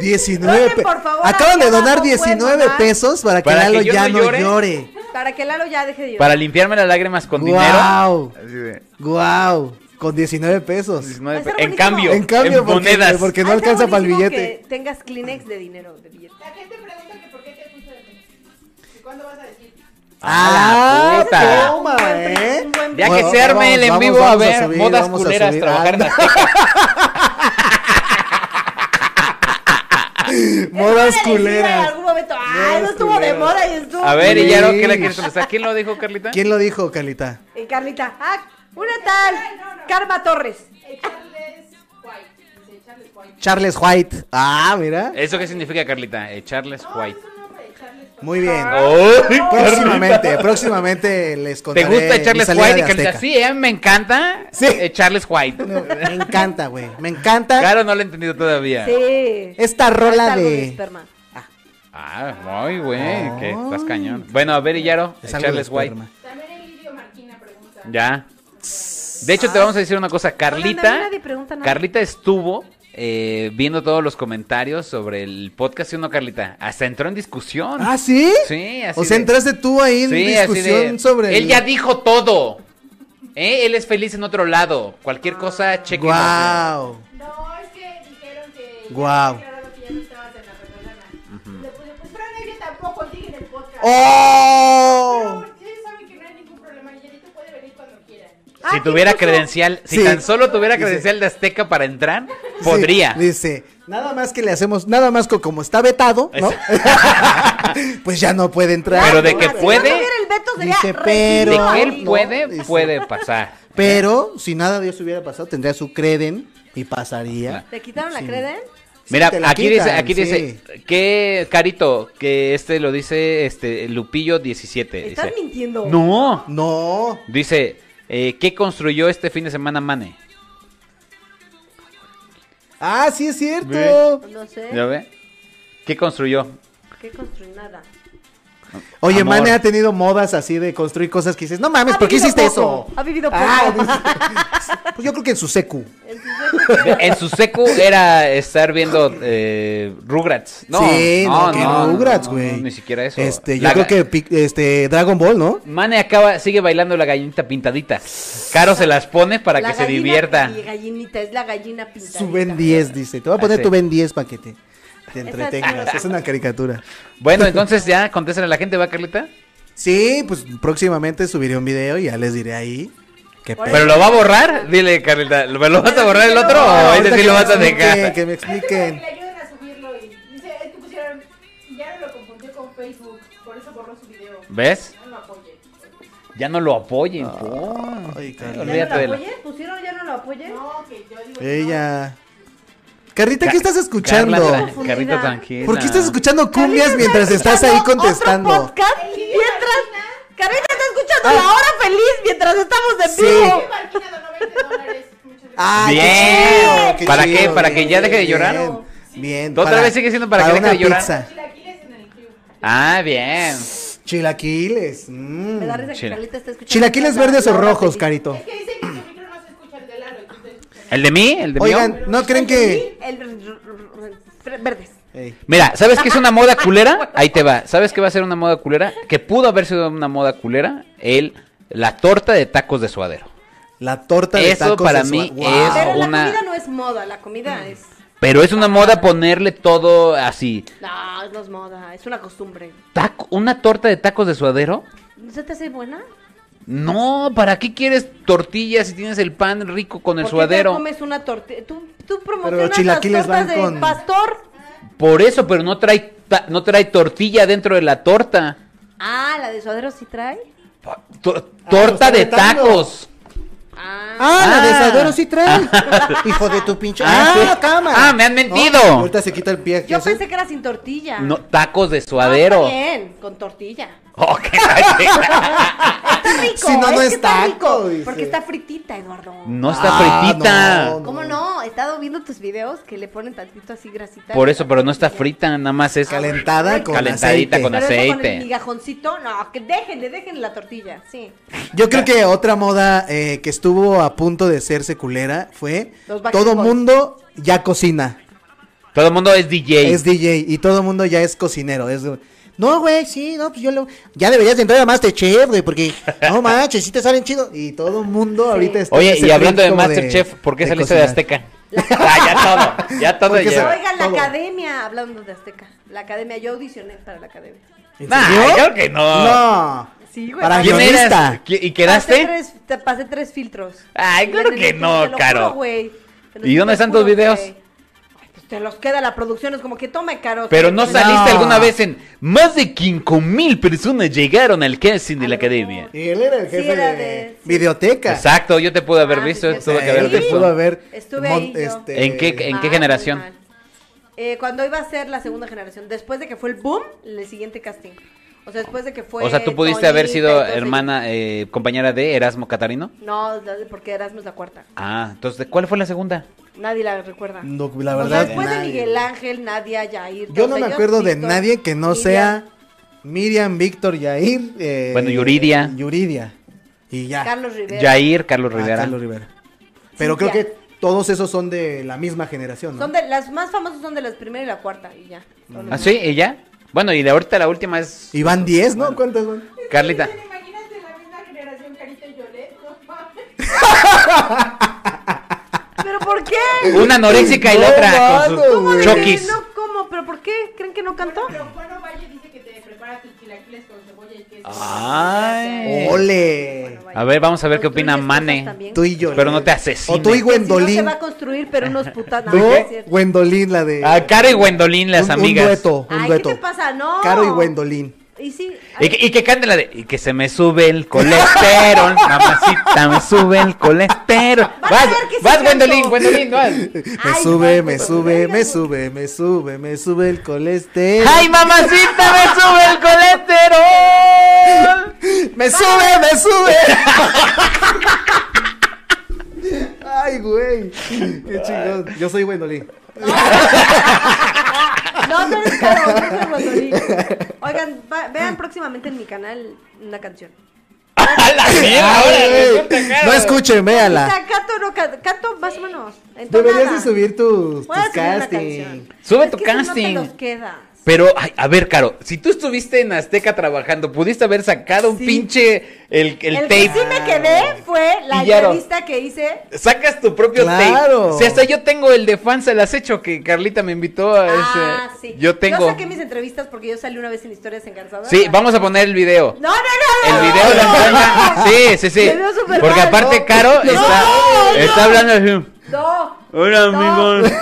S3: 19
S5: Donen, por
S3: pesos.
S5: favor,
S3: Acaban
S5: aquí
S3: de
S5: abajo
S3: donar
S5: pueden
S3: 19
S5: donar.
S3: pesos para que
S4: Para que
S3: Lalo
S4: yo
S3: ya
S4: no
S3: no
S4: llore.
S3: llore.
S5: Para que Lalo ya deje de llorar.
S4: para limpiarme las lágrimas con dinero.
S3: ¡Guau!
S4: Así de,
S3: ¡Guau! Con 19 pesos.
S4: 19
S5: Va a ser
S4: pe- en
S5: buenísimo.
S4: cambio,
S3: En cambio,
S4: en
S3: porque-
S4: monedas.
S3: porque- que no
S5: Ah, está
S3: alcanza pa'l
S5: buenísimo
S3: billete.
S5: Que tengas Kleenex de dinero, de billete.
S6: La gente pregunta que por qué te puso de pecho. ¿Y cuándo vas a decir?
S4: ¡Ah, la puta!
S5: Un
S3: toma,
S5: buen pri-
S3: ¿eh?
S5: un buen
S4: Ya
S3: Bueno,
S4: que se arme
S3: vamos,
S4: el en
S3: vamos,
S4: vivo a
S3: vamos
S4: ver
S3: subir,
S4: modas
S3: vamos a
S4: culeras
S3: subir.
S4: trabajar en
S3: Anda,
S4: las cejas.
S3: Modas
S5: Estuvo de decir En
S3: culeras.
S5: algún momento, ay, no
S3: Modas
S5: estuvo de
S3: culeras.
S5: moda y estuvo.
S4: A ver,
S3: Sí.
S4: y ya no, ¿qué le quieres contestar? ¿Quién lo dijo, Carlita?
S3: ¿Quién lo dijo, Carlita?
S5: Eh, Carlita, ah, una tal, Karma Torres.
S6: Eh, Charles White. Dice Charles White.
S3: Charles White. Ah, mira.
S4: ¿Eso qué significa, Carlita? Eh, Charles
S6: No,
S4: White.
S6: es un nombre, Charles White.
S3: Muy bien.
S5: Ah.
S4: ¡Ay,
S3: Próximamente, próximamente les
S4: ¿Te
S3: contaré.
S4: gusta
S3: Pues mi
S4: Charles
S3: salida
S4: White
S3: de
S4: y Carlita?
S3: Azteca.
S4: Sí, eh, me encanta
S3: Sí.
S4: eh, Charles White.
S3: No, Me encanta, güey. Me encanta
S4: Claro, no lo he entendido todavía.
S5: Sí.
S3: esta rola
S5: Está algo
S3: de.
S5: esperma.
S4: Ah, ay, güey, que
S3: Ay.
S4: estás cañón. Bueno, a ver, Iyaro, eh,
S3: Es algo
S4: Charles
S3: de
S4: White.
S3: Spiderman.
S6: También Emilio Marquina pregunta.
S4: Ya. De hecho, te vamos a decir una cosa.
S5: Oigan, a mí
S4: Carlita,
S5: nadie pregunta nada.
S4: Carlita estuvo eh, viendo todos los comentarios sobre el podcast. ¿Sí o no, Carlita? Hasta entró en discusión.
S3: ¿Ah, sí?
S4: Sí, así
S3: O sea,
S4: de-
S3: entraste tú ahí en
S4: Sí, así de,
S3: discusión sobre.
S4: Él
S3: el-
S4: ya dijo todo. ¿Eh? Él es feliz en otro lado. Cualquier cosa, chequen.
S3: Guau.
S6: No, es que dijeron que. ya
S3: Guau.
S6: había aclarado que ya no estaba pues,
S3: ¡Oh!
S6: Pero ellos saben que no hay ningún problema. y Yerito puede venir cuando quiera.
S5: Ah,
S4: Si tuviera
S5: incluso-
S4: credencial, si
S3: Sí.
S4: tan solo tuviera
S3: Dice-
S4: credencial de Azteca para entrar, podría.
S3: Sí, dice, nada más que le hacemos, nada más que como está vetado, ¿no? pues ya no puede entrar.
S4: Pero de que
S5: Si no
S4: puede-
S5: tuviera el veto sería
S3: Dice,
S5: re-
S3: pero-
S4: de que él
S3: no,
S4: puede,
S3: dice-
S4: puede pasar.
S3: Pero si nada de eso hubiera pasado, tendría su creden y pasaría.
S5: ¿Te quitaron la
S3: Sí.
S5: creden?
S3: Sí,
S4: Mira,
S3: te la
S4: aquí dice,
S3: quitan,
S4: aquí
S3: sí.
S4: dice, que Carito, que este lo dice este Lupillo 17.
S5: Estás
S4: dice,
S5: mintiendo.
S4: No,
S3: No.
S4: dice, eh, ¿qué construyó este fin de semana Mane?
S3: Ah, sí es cierto.
S5: No
S3: ¿Eh?
S4: ¿Ya
S5: sé.
S4: ve? ¿Qué construyó?
S5: ¿Qué construir nada?
S3: Oye,
S4: Amor.
S3: Mane ha tenido modas así de construir cosas que dices, no mames, pues,
S5: Ha
S3: ¿por qué
S5: vivido
S3: hiciste
S5: poco,
S3: eso? Ah,
S5: ha vivido
S3: dice- pues yo creo que en su secu.
S4: En su secu era estar viendo eh, Rugrats. No,
S3: sí, no,
S4: no,
S3: que
S4: no,
S3: Rugrats,
S4: no, no,
S3: güey.
S4: ni siquiera eso.
S3: Este, yo
S4: La
S3: creo
S4: ga-
S3: que pic- este, Dragon Ball, ¿no?
S4: Mane acaba, sigue bailando la gallinita pintadita. Caro se las pone para
S5: La
S4: que se
S5: gallina-
S4: divierta.
S5: y gallinita, es la gallina pintadita.
S3: Su Ben 10, dice. Te voy a poner
S4: Ah, sí.
S3: tu Ben 10 para que te, te
S5: es
S3: entretengas.
S5: nueva.
S3: Es una caricatura.
S4: Bueno, entonces ya contéstale a la gente, ¿va, Carlita?
S3: Sí, pues próximamente subiré un video y ya les diré ahí. Qué
S5: Ahora
S4: ¿Pero lo va a borrar? Dile, Carlita, ¿lo lo vas a borrar el otro o
S3: Ahorita
S4: ese sí
S3: que
S4: lo
S3: me
S4: vas a
S3: expliquen,
S4: dejar?
S3: Que me
S6: Es para que
S3: expliquen.
S6: le ayuden a subirlo y dice, es que pusieron, ya no lo confundió con Facebook, por eso borró su video.
S4: ¿Ves?
S6: No lo apoyen.
S4: Ya no lo apoyen.
S3: Ay,
S4: Olvídate
S3: Carla.
S1: ¿Ya no
S4: de
S1: lo
S4: la-
S1: apoyes? ¿Pusieron ya no lo apoyes?
S6: No, que yo digo. que
S3: Ella. Carrita,
S4: Ca-
S3: ¿qué estás escuchando?
S4: Carla, tra-
S5: Confundida.
S4: Carlita, tranquila.
S3: ¿Por qué estás escuchando cumbias mientras estás ahí
S5: Otro
S3: contestando?
S5: podcast
S6: El niño
S5: mientras. Carita está escuchando
S3: Ah.
S5: la hora feliz mientras estamos en
S3: Sí.
S5: vivo.
S6: No, Marquina donó 20 dólares. Muchas gracias.
S3: Ah, qué
S4: Bien.
S3: chido, qué
S4: ¿Para
S3: chido,
S4: qué? ¿Para que ya deje de
S3: bien,
S4: llorar?
S3: Bien.
S4: ¿Otra vez sigue siendo para que deje
S3: una
S4: de llorar?
S3: pizza.
S6: Chilaquiles en el club.
S4: Ah, bien.
S3: Chilaquiles. mm.
S5: Me da risa que
S4: Chila.
S5: Carlita está escuchando.
S3: Chilaquiles
S5: la-
S3: verdes
S5: la
S3: o
S5: hora
S3: rojos,
S5: feliz.
S3: Carito.
S6: Es que dicen que su micro no se escucha el de Lalo, entonces escuchan.
S4: ¿El de mí? ¿El de mí?
S3: Oigan, ¿no creen que.?
S5: El, el- el- verdes.
S3: Ey.
S4: Mira, ¿sabes qué es una moda culera? Ahí te va. ¿Sabes qué va a ser una moda culera? Que pudo haber sido una moda culera. El, la torta de tacos de suadero.
S3: La torta de
S4: Eso
S3: tacos de
S4: para
S3: su-
S4: mí
S3: Guau.
S4: es-
S5: Pero
S4: Ah, una-
S5: la comida no es moda, la
S3: Mm.
S5: comida es.
S4: Pero es una moda ponerle todo así.
S5: No, no es moda, es una costumbre.
S4: ¿Taco? ¿Una torta de tacos de suadero?
S5: ¿No se te hace buena?
S4: No, ¿para qué quieres tortillas si tienes el pan rico con el
S5: ¿Por qué
S4: suadero?
S5: te comes una tortilla? Tú, tú promocionas las
S3: chilaquiles van
S5: tortas de
S3: con-
S5: pastor.
S4: Por eso, pero no trae, ta- no trae tortilla dentro de la torta.
S5: Ah, la de suadero sí trae.
S3: Ah,
S4: Tor-
S3: lo
S4: torta
S3: está
S4: de
S3: retando.
S4: tacos.
S5: Ah,
S3: Ah, la de
S4: Ah.
S3: Sadoro sí trae. Hijo de tu pinche.
S4: Ah,
S3: Ah,
S4: sí.
S3: cámara.
S4: Ah, me han mentido.
S3: No, ahorita se quita el pie.
S5: Ah, yo
S3: ¿qué hace?
S5: pensé que era sin tortilla.
S4: No, tacos de
S5: Ah,
S4: suadero.
S5: está bien, con tortilla.
S4: Oh, qué la-
S5: Está rico.
S3: Si no, no
S5: que
S3: es
S5: está
S3: taco,
S5: rico,
S3: dice.
S5: Porque está fritita, Eduardo.
S4: no está
S3: Ah,
S4: fritita.
S3: no,
S5: ¿Cómo no? He estado viendo tus videos que le ponen tantito así grasita.
S4: Por eso, pero no está frita, nada más es
S3: Calentada con
S4: Calentadita
S3: aceite.
S4: con
S5: Pero eso
S4: aceite.
S5: con el migajoncito, no, que déjenle, déjenle la tortilla, sí.
S3: Yo creo que otra moda eh, que estuvo a punto de serse culera fue
S5: Los Backstreet
S3: todo
S5: Boys.
S3: mundo ya cocina,
S4: Todo el mundo es DJ.
S3: es DJ y todo mundo ya es cocinero. Es, no, güey, sí, no, pues yo lo... Ya deberías de entrar a Masterchef, güey, porque no manches, sí te salen chido. Y todo mundo ahorita está... en
S4: Oye,
S3: ese
S4: y hablando
S3: trip
S4: de
S3: como
S4: Masterchef, ¿por qué
S3: este de
S4: saliste de
S3: cocinar.
S4: Azteca? Ah, ya todo, ya todo.
S3: Porque
S4: ya.
S3: se-
S5: Oigan, la
S3: todo.
S5: academia, hablando de Azteca. La academia, yo audicioné para la academia.
S3: ¿En
S4: Nah,
S3: serio?
S4: claro que no.
S3: No.
S5: Sí, güey.
S3: Para
S5: Pasé
S4: ¿Quién eras?
S3: guionista.
S4: ¿Qui- ¿Y quedaste?
S5: tres- te- pasé tres filtros.
S4: Ay,
S5: Y
S4: claro
S5: en el
S4: que
S5: último,
S4: no,
S5: te lo
S4: Caro.
S5: juro, güey, te lo
S4: ¿Y dónde
S5: te
S4: están tus
S5: juro,
S4: videos?
S5: güey. Ay, pues te los queda la producción, es como que toma, Caro.
S4: Pero no
S5: Sí.
S4: saliste
S3: No.
S4: alguna vez en más de 5 mil personas llegaron al casting de la
S5: Ay, Ah, no.
S4: academia.
S3: Y él era el
S5: Sí,
S3: jefe
S5: era
S3: de...
S5: de- sí.
S3: Videoteca.
S4: Exacto, yo te pude haber
S5: Ah,
S4: visto,
S5: sí, sí,
S4: tuve
S5: sí. Ah,
S4: que haber
S5: Sí.
S4: visto.
S3: Pudo haber
S5: Estuve
S3: mon-
S5: ahí yo.
S3: este,
S4: ¿En qué- qué-
S5: Mal, muy
S4: generación?
S5: mal. Eh, cuando iba a ser la segunda generación, después de que fue el boom, el siguiente casting. O sea, después de que fue.
S4: O sea, tú pudiste
S5: Tonita
S4: haber
S5: y
S4: sido
S5: todos ellos.
S4: hermana, eh, compañera de Erasmo Catarino.
S5: No, la- porque Erasmus la cuarta.
S4: Ah, entonces, ¿de ¿cuál fue la segunda?
S5: Nadie la recuerda.
S3: No, la
S5: O sea,
S3: verdad,
S5: después de
S3: nadie.
S5: Miguel Ángel, Nadia, Yair.
S3: Yo
S5: todos
S3: no me
S5: ellos,
S3: acuerdo de
S5: Víctor,
S3: nadie que no
S5: Miriam.
S3: sea Miriam, Víctor, Yair. eh,
S4: Bueno, Yuridia.
S3: Yuridia. Y ya.
S5: Carlos Rivera.
S4: Jair, Carlos
S3: Ah,
S4: Rivera.
S3: Carlos Rivera. Pero creo
S5: Cintia.
S3: que todos esos son de la misma generación, ¿no?
S5: Son de, las más famosas son de las primera y la cuarta, y ya.
S3: Mm.
S5: Todos los
S4: ¿Ah, sí? ¿Ella? Bueno, y de ahorita la última es
S3: Y van 10, ¿no? ¿Cuántas van?
S4: Carlita.
S6: Dicen, Imagínate la misma generación, Carita y Yolette. ¿eh? No mames.
S5: demás. ¿Pero por qué?
S4: Una anoréxica y la
S3: No,
S4: otra con
S3: mano,
S5: ¿Cómo
S4: sus
S5: de
S4: chokis.
S5: que No, ¿cómo? ¿Pero por qué? ¿Creen que no cantó?
S6: Pero Juan Ovalle dice que te prepara tus chilaquiles con
S5: Eh,
S4: Ay.
S3: ¡Ole!
S4: A ver, vamos a ver qué opina
S5: Construyes
S4: Mane.
S5: cosas también.
S3: Tú y yo.
S4: Pero no te
S3: O tú y
S4: asesines.
S5: Sí, no se
S3: Gwendolyn.
S5: va a construir, pero unos putas. No,
S3: ¿No?
S5: no es cierto.
S3: Gwendolyn, la de.
S4: A Caro y Gwendolyn, Ah, las
S3: Ah, un,
S4: amigas.
S3: Un dueto, un
S5: Ay,
S3: dueto.
S5: ¿qué te pasa? No.
S3: Caro y Gwendolyn.
S5: Y sí.
S4: Y que, y que cante la de. Y que se me sube el colesterol. Mamacita, me sube el colesterol.
S5: Vas a
S4: Vas,
S5: ver que sí
S4: vas,
S5: canto.
S4: Gwendolyn, Gwendolyn, vas.
S3: Me
S5: Ay,
S3: sube,
S5: no,
S3: me
S5: pues,
S3: sube,
S5: venga,
S3: me
S5: no.
S3: sube, me sube, me sube el colesterol.
S4: ¡Ay, mamacita, me sube el colesterol!
S3: ¡Me sube, me sube! ¡Ay, güey! ¡Qué chingón! Yo soy Gwendolyn.
S5: No, no eres caro, no eres Gwendolyn. Oigan, va- vean próximamente en mi canal una canción.
S4: ¡A la mierda!
S3: Ay,
S4: ahora
S3: güey.
S4: resulta caro.
S3: No escuchen, véala.
S5: Está Canto, no canto, canto más o menos. entonada.
S3: Deberías de subir tus,
S5: Voy a
S3: tus
S5: subir una
S3: casting.
S5: canción.
S4: Sube
S5: Es
S4: tu
S5: que si no te
S4: casting.
S5: los quedas.
S4: Pero, ay, a ver, Caro, si tú estuviste en Azteca trabajando, pudiste haber sacado un
S5: Sí.
S4: pinche. El, el,
S5: El
S4: tape.
S5: que sí me quedé fue la
S4: Pillaro.
S5: entrevista que hice.
S4: Sacas tu propio
S3: Claro.
S4: tape. Si hasta yo tengo el de fans al acecho que Carlita me invitó a
S5: Ah,
S4: ese.
S5: sí.
S4: Yo tengo.
S5: Yo saqué mis entrevistas porque yo salí una vez en historias engarzadas.
S4: Sí, vamos a poner el video.
S5: No, no, no, no.
S4: El
S5: no,
S4: video lo
S5: no,
S4: encuentran. Sí, sí, sí.
S5: Me veo súper
S4: Porque
S5: mal,
S4: aparte
S5: ¿no?
S4: Caro
S5: No,
S4: está,
S5: no.
S4: está hablando así.
S5: No.
S4: Hola,
S5: no.
S4: amigos.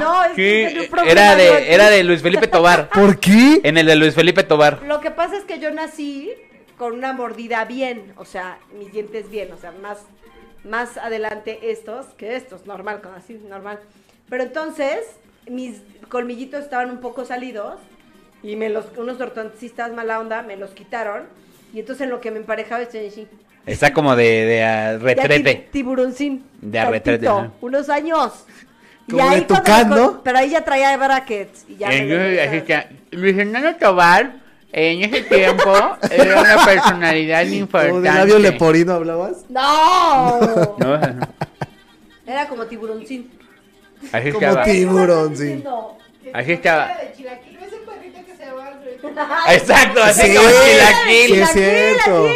S5: No, es que
S4: ¿Qué?
S5: tengo un problema
S4: Era
S5: yo
S4: de,
S5: aquí.
S4: era de Luis Felipe Tobar.
S3: ¿Por qué?
S4: En el de Luis Felipe Tobar.
S5: Lo que pasa es que yo nací con una mordida bien, o sea, mis dientes bien, o sea, más, más adelante estos que estos, normal, con así, normal. Pero entonces, mis colmillitos estaban un poco salidos y me los, unos ortodoncistas mala onda me los quitaron. Y entonces en lo que me emparejaba este estoy así.
S4: Está como de, de ah,
S5: Ya
S4: retrete.
S5: tib- tiburoncín.
S4: De
S5: tantito,
S4: retrete, ajá.
S5: Unos años.
S3: Como de
S5: cuando me
S3: tucán,
S5: co-
S3: ¿no?
S5: Pero ahí ya traía brackets. Y ya me lo
S4: Entonces, así
S5: regresaron.
S4: que, Luis Fernando Tobar, en ese tiempo, era una personalidad
S3: ¿Como de labio leporino hablabas?
S5: ¡No!
S4: No, no, no.
S5: Era como tiburoncín.
S4: Así
S3: Como
S4: estaba.
S3: ti. Tiburón,
S5: Estás
S3: sí.
S5: diciendo,
S4: Así estaba.
S6: De chilaquil, ¿ves el perrito que se va al revés?
S4: Exacto, así
S3: Sí.
S4: como
S3: Sí,
S4: chilaquil.
S3: es cierto.
S5: "Eh,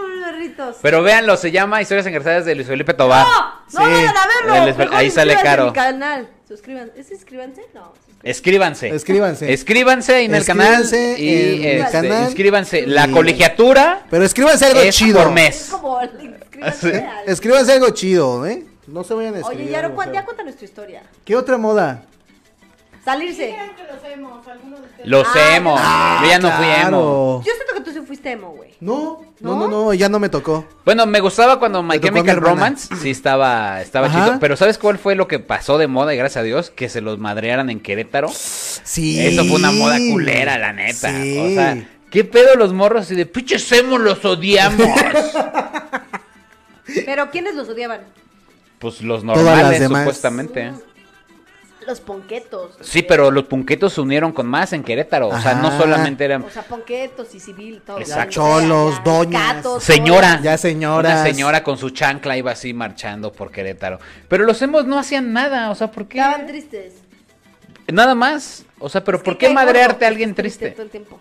S5: unos perritos".
S4: Pero véanlo, se llama Historias Engrasadas de Luis Felipe Tobar.
S5: ¡No! ¡No
S3: Sí.
S5: vayan a verlo!
S4: Él es-
S5: Mejor
S4: ahí sale
S5: suscríbanse
S4: caro.
S5: a mi canal. Suscríbanse. ¿Es suscríbanse? No.
S4: Escríbanse.
S3: Escríbanse.
S4: Escríbanse en el canal.
S3: Escríbanse
S4: Y
S3: en el
S4: este,
S3: canal.
S4: inscríbanse. La
S3: Y-
S4: colegiatura
S3: Pero escríbanse algo
S4: es
S3: chido.
S4: por
S5: Es
S4: mes.
S5: como inscríbanse
S4: Ah, Sí.
S5: al-
S3: Escríbanse algo chido, ¿eh? No se vayan a escribir.
S5: Oye, Yaro,
S3: algo
S5: ¿cuál-
S3: feo.
S5: ya cuéntanos tu historia.
S3: ¿Qué otra moda?
S5: Salirse.
S6: Dijeron que los hemos, algunos de ustedes.
S4: Los
S5: Ah,
S4: emo. Yo ya no fui emo.
S3: Ah, Claro.
S5: Yo siento que tú sí fuiste emo, güey.
S3: No, no,
S5: ¿No?
S3: no, no, ya no me tocó.
S4: Bueno, me gustaba cuando My
S3: Me tocó a mi
S4: Chemical
S3: hermana.
S4: Romance sí estaba, estaba
S3: Ajá.
S4: chido. Pero ¿sabes cuál fue lo que pasó de moda y gracias a Dios? Que se los madrearan en Querétaro.
S3: Sí.
S4: Eso fue una moda culera, la neta.
S3: Sí.
S4: O sea, ¿qué pedo los morros? Y de pinches emo los odiamos.
S5: Pero ¿quiénes los odiaban?
S4: pues los
S3: Todas las
S4: normales,
S3: demás.
S4: supuestamente.
S5: Los ponquetos.
S4: Sí, pero los punquetos se unieron con más en Querétaro. O sea, no
S3: Ajá.
S4: solamente eran
S5: O sea, ponquetos y civil, todo.
S4: Exacto.
S3: Cholos,
S5: Ya,
S3: doñas.
S5: gatos,
S4: Señora.
S3: Ya señoras.
S4: Una señora con su chancla iba así marchando por Querétaro. Pero los hemos no hacían nada, o sea, ¿por qué?
S5: Estaban tristes.
S4: Nada más. O sea, pero
S5: Es que
S4: ¿por qué
S5: cae gordo
S4: madrearte a
S5: que
S4: alguien
S5: estés
S4: triste?
S5: Todo el tiempo.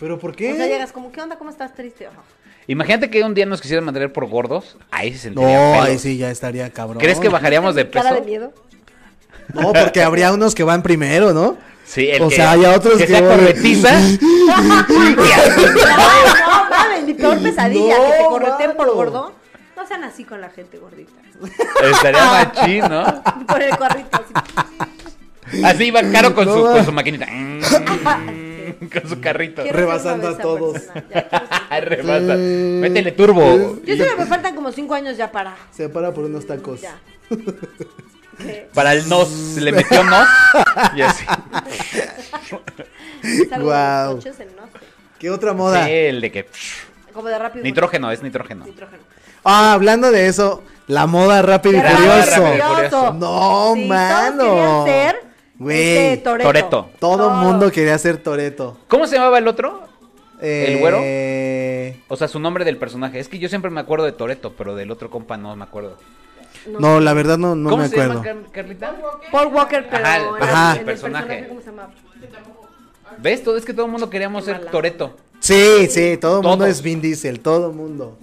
S3: ¿Pero por
S5: O sea,
S3: qué?
S5: llegas como, ¿qué onda? ¿Cómo estás triste? Ajá.
S4: Imagínate que un día nos quisieran madrear por gordos. Ahí se
S3: No,
S4: sentiría feo.
S3: ahí sí ya estaría cabrón.
S4: ¿Crees que bajaríamos de
S5: ¿Cara de
S4: peso?
S5: miedo?
S3: No, porque habría unos que van primero, ¿no?
S4: Sí, el
S3: o
S4: que,
S3: sea, hay otros
S4: que
S3: que
S4: sea
S3: van-
S4: corretiza.
S5: No, no, mames, mi peor pesadilla,
S3: No,
S5: que te correten por
S3: mano.
S5: gordo. No sean así con la gente gordita.
S4: Estaría machín, ¿no?
S5: Con el corrito así.
S4: Así iba Caro con, su,
S3: No.
S4: con su maquinita.
S5: Sí.
S4: con su carrito.
S5: Quiero
S3: Rebasando
S5: ser una
S3: a
S5: de
S3: todos.
S5: esas personas, ya, quiero ser-
S4: Arrebata.
S3: Sí.
S4: Métele turbo.
S5: Yo creo que me faltan como 5 años ya para.
S3: Se para por unos tacos.
S5: Ya. ¿Qué?
S4: Para el nos, se le metió nos. Y así.
S5: Salgo de los
S3: Guau.
S5: coches en norte,
S3: ¿Qué otra moda?
S4: Sí, el de que.
S5: Como de rápido. y
S4: Nitrógeno, es nitrógeno.
S5: Nitrógeno.
S3: Ah, hablando de eso, la moda rápido y
S5: Rápido y
S3: furioso.
S4: Rápido y Furioso.
S3: No,
S5: Sí,
S3: mano.
S5: todos querían ser,
S3: Güey.
S5: este, Toretto.
S4: Toreto.
S3: Todo
S5: Todos.
S3: mundo quería ser Toreto.
S4: ¿Cómo se llamaba el otro?
S3: Eh,
S4: ¿El güero? O sea, su nombre del personaje. Es que yo siempre me acuerdo de Toreto, pero del otro compa no me acuerdo.
S3: No, la verdad no, no
S4: ¿Cómo
S3: me
S4: se
S3: acuerdo.
S4: llama Car- Carlita?
S5: Paul Walker, pero
S4: Ajá,
S5: en el-
S3: ajá.
S5: en el
S4: personaje.
S5: personaje, ¿cómo se llama?
S4: ¿Ves? Todo es que todo el mundo queríamos
S5: Qué
S4: ser
S5: mala.
S4: Toreto.
S3: Sí, sí, todo
S4: Todos.
S3: mundo es Vin Diesel, todo mundo.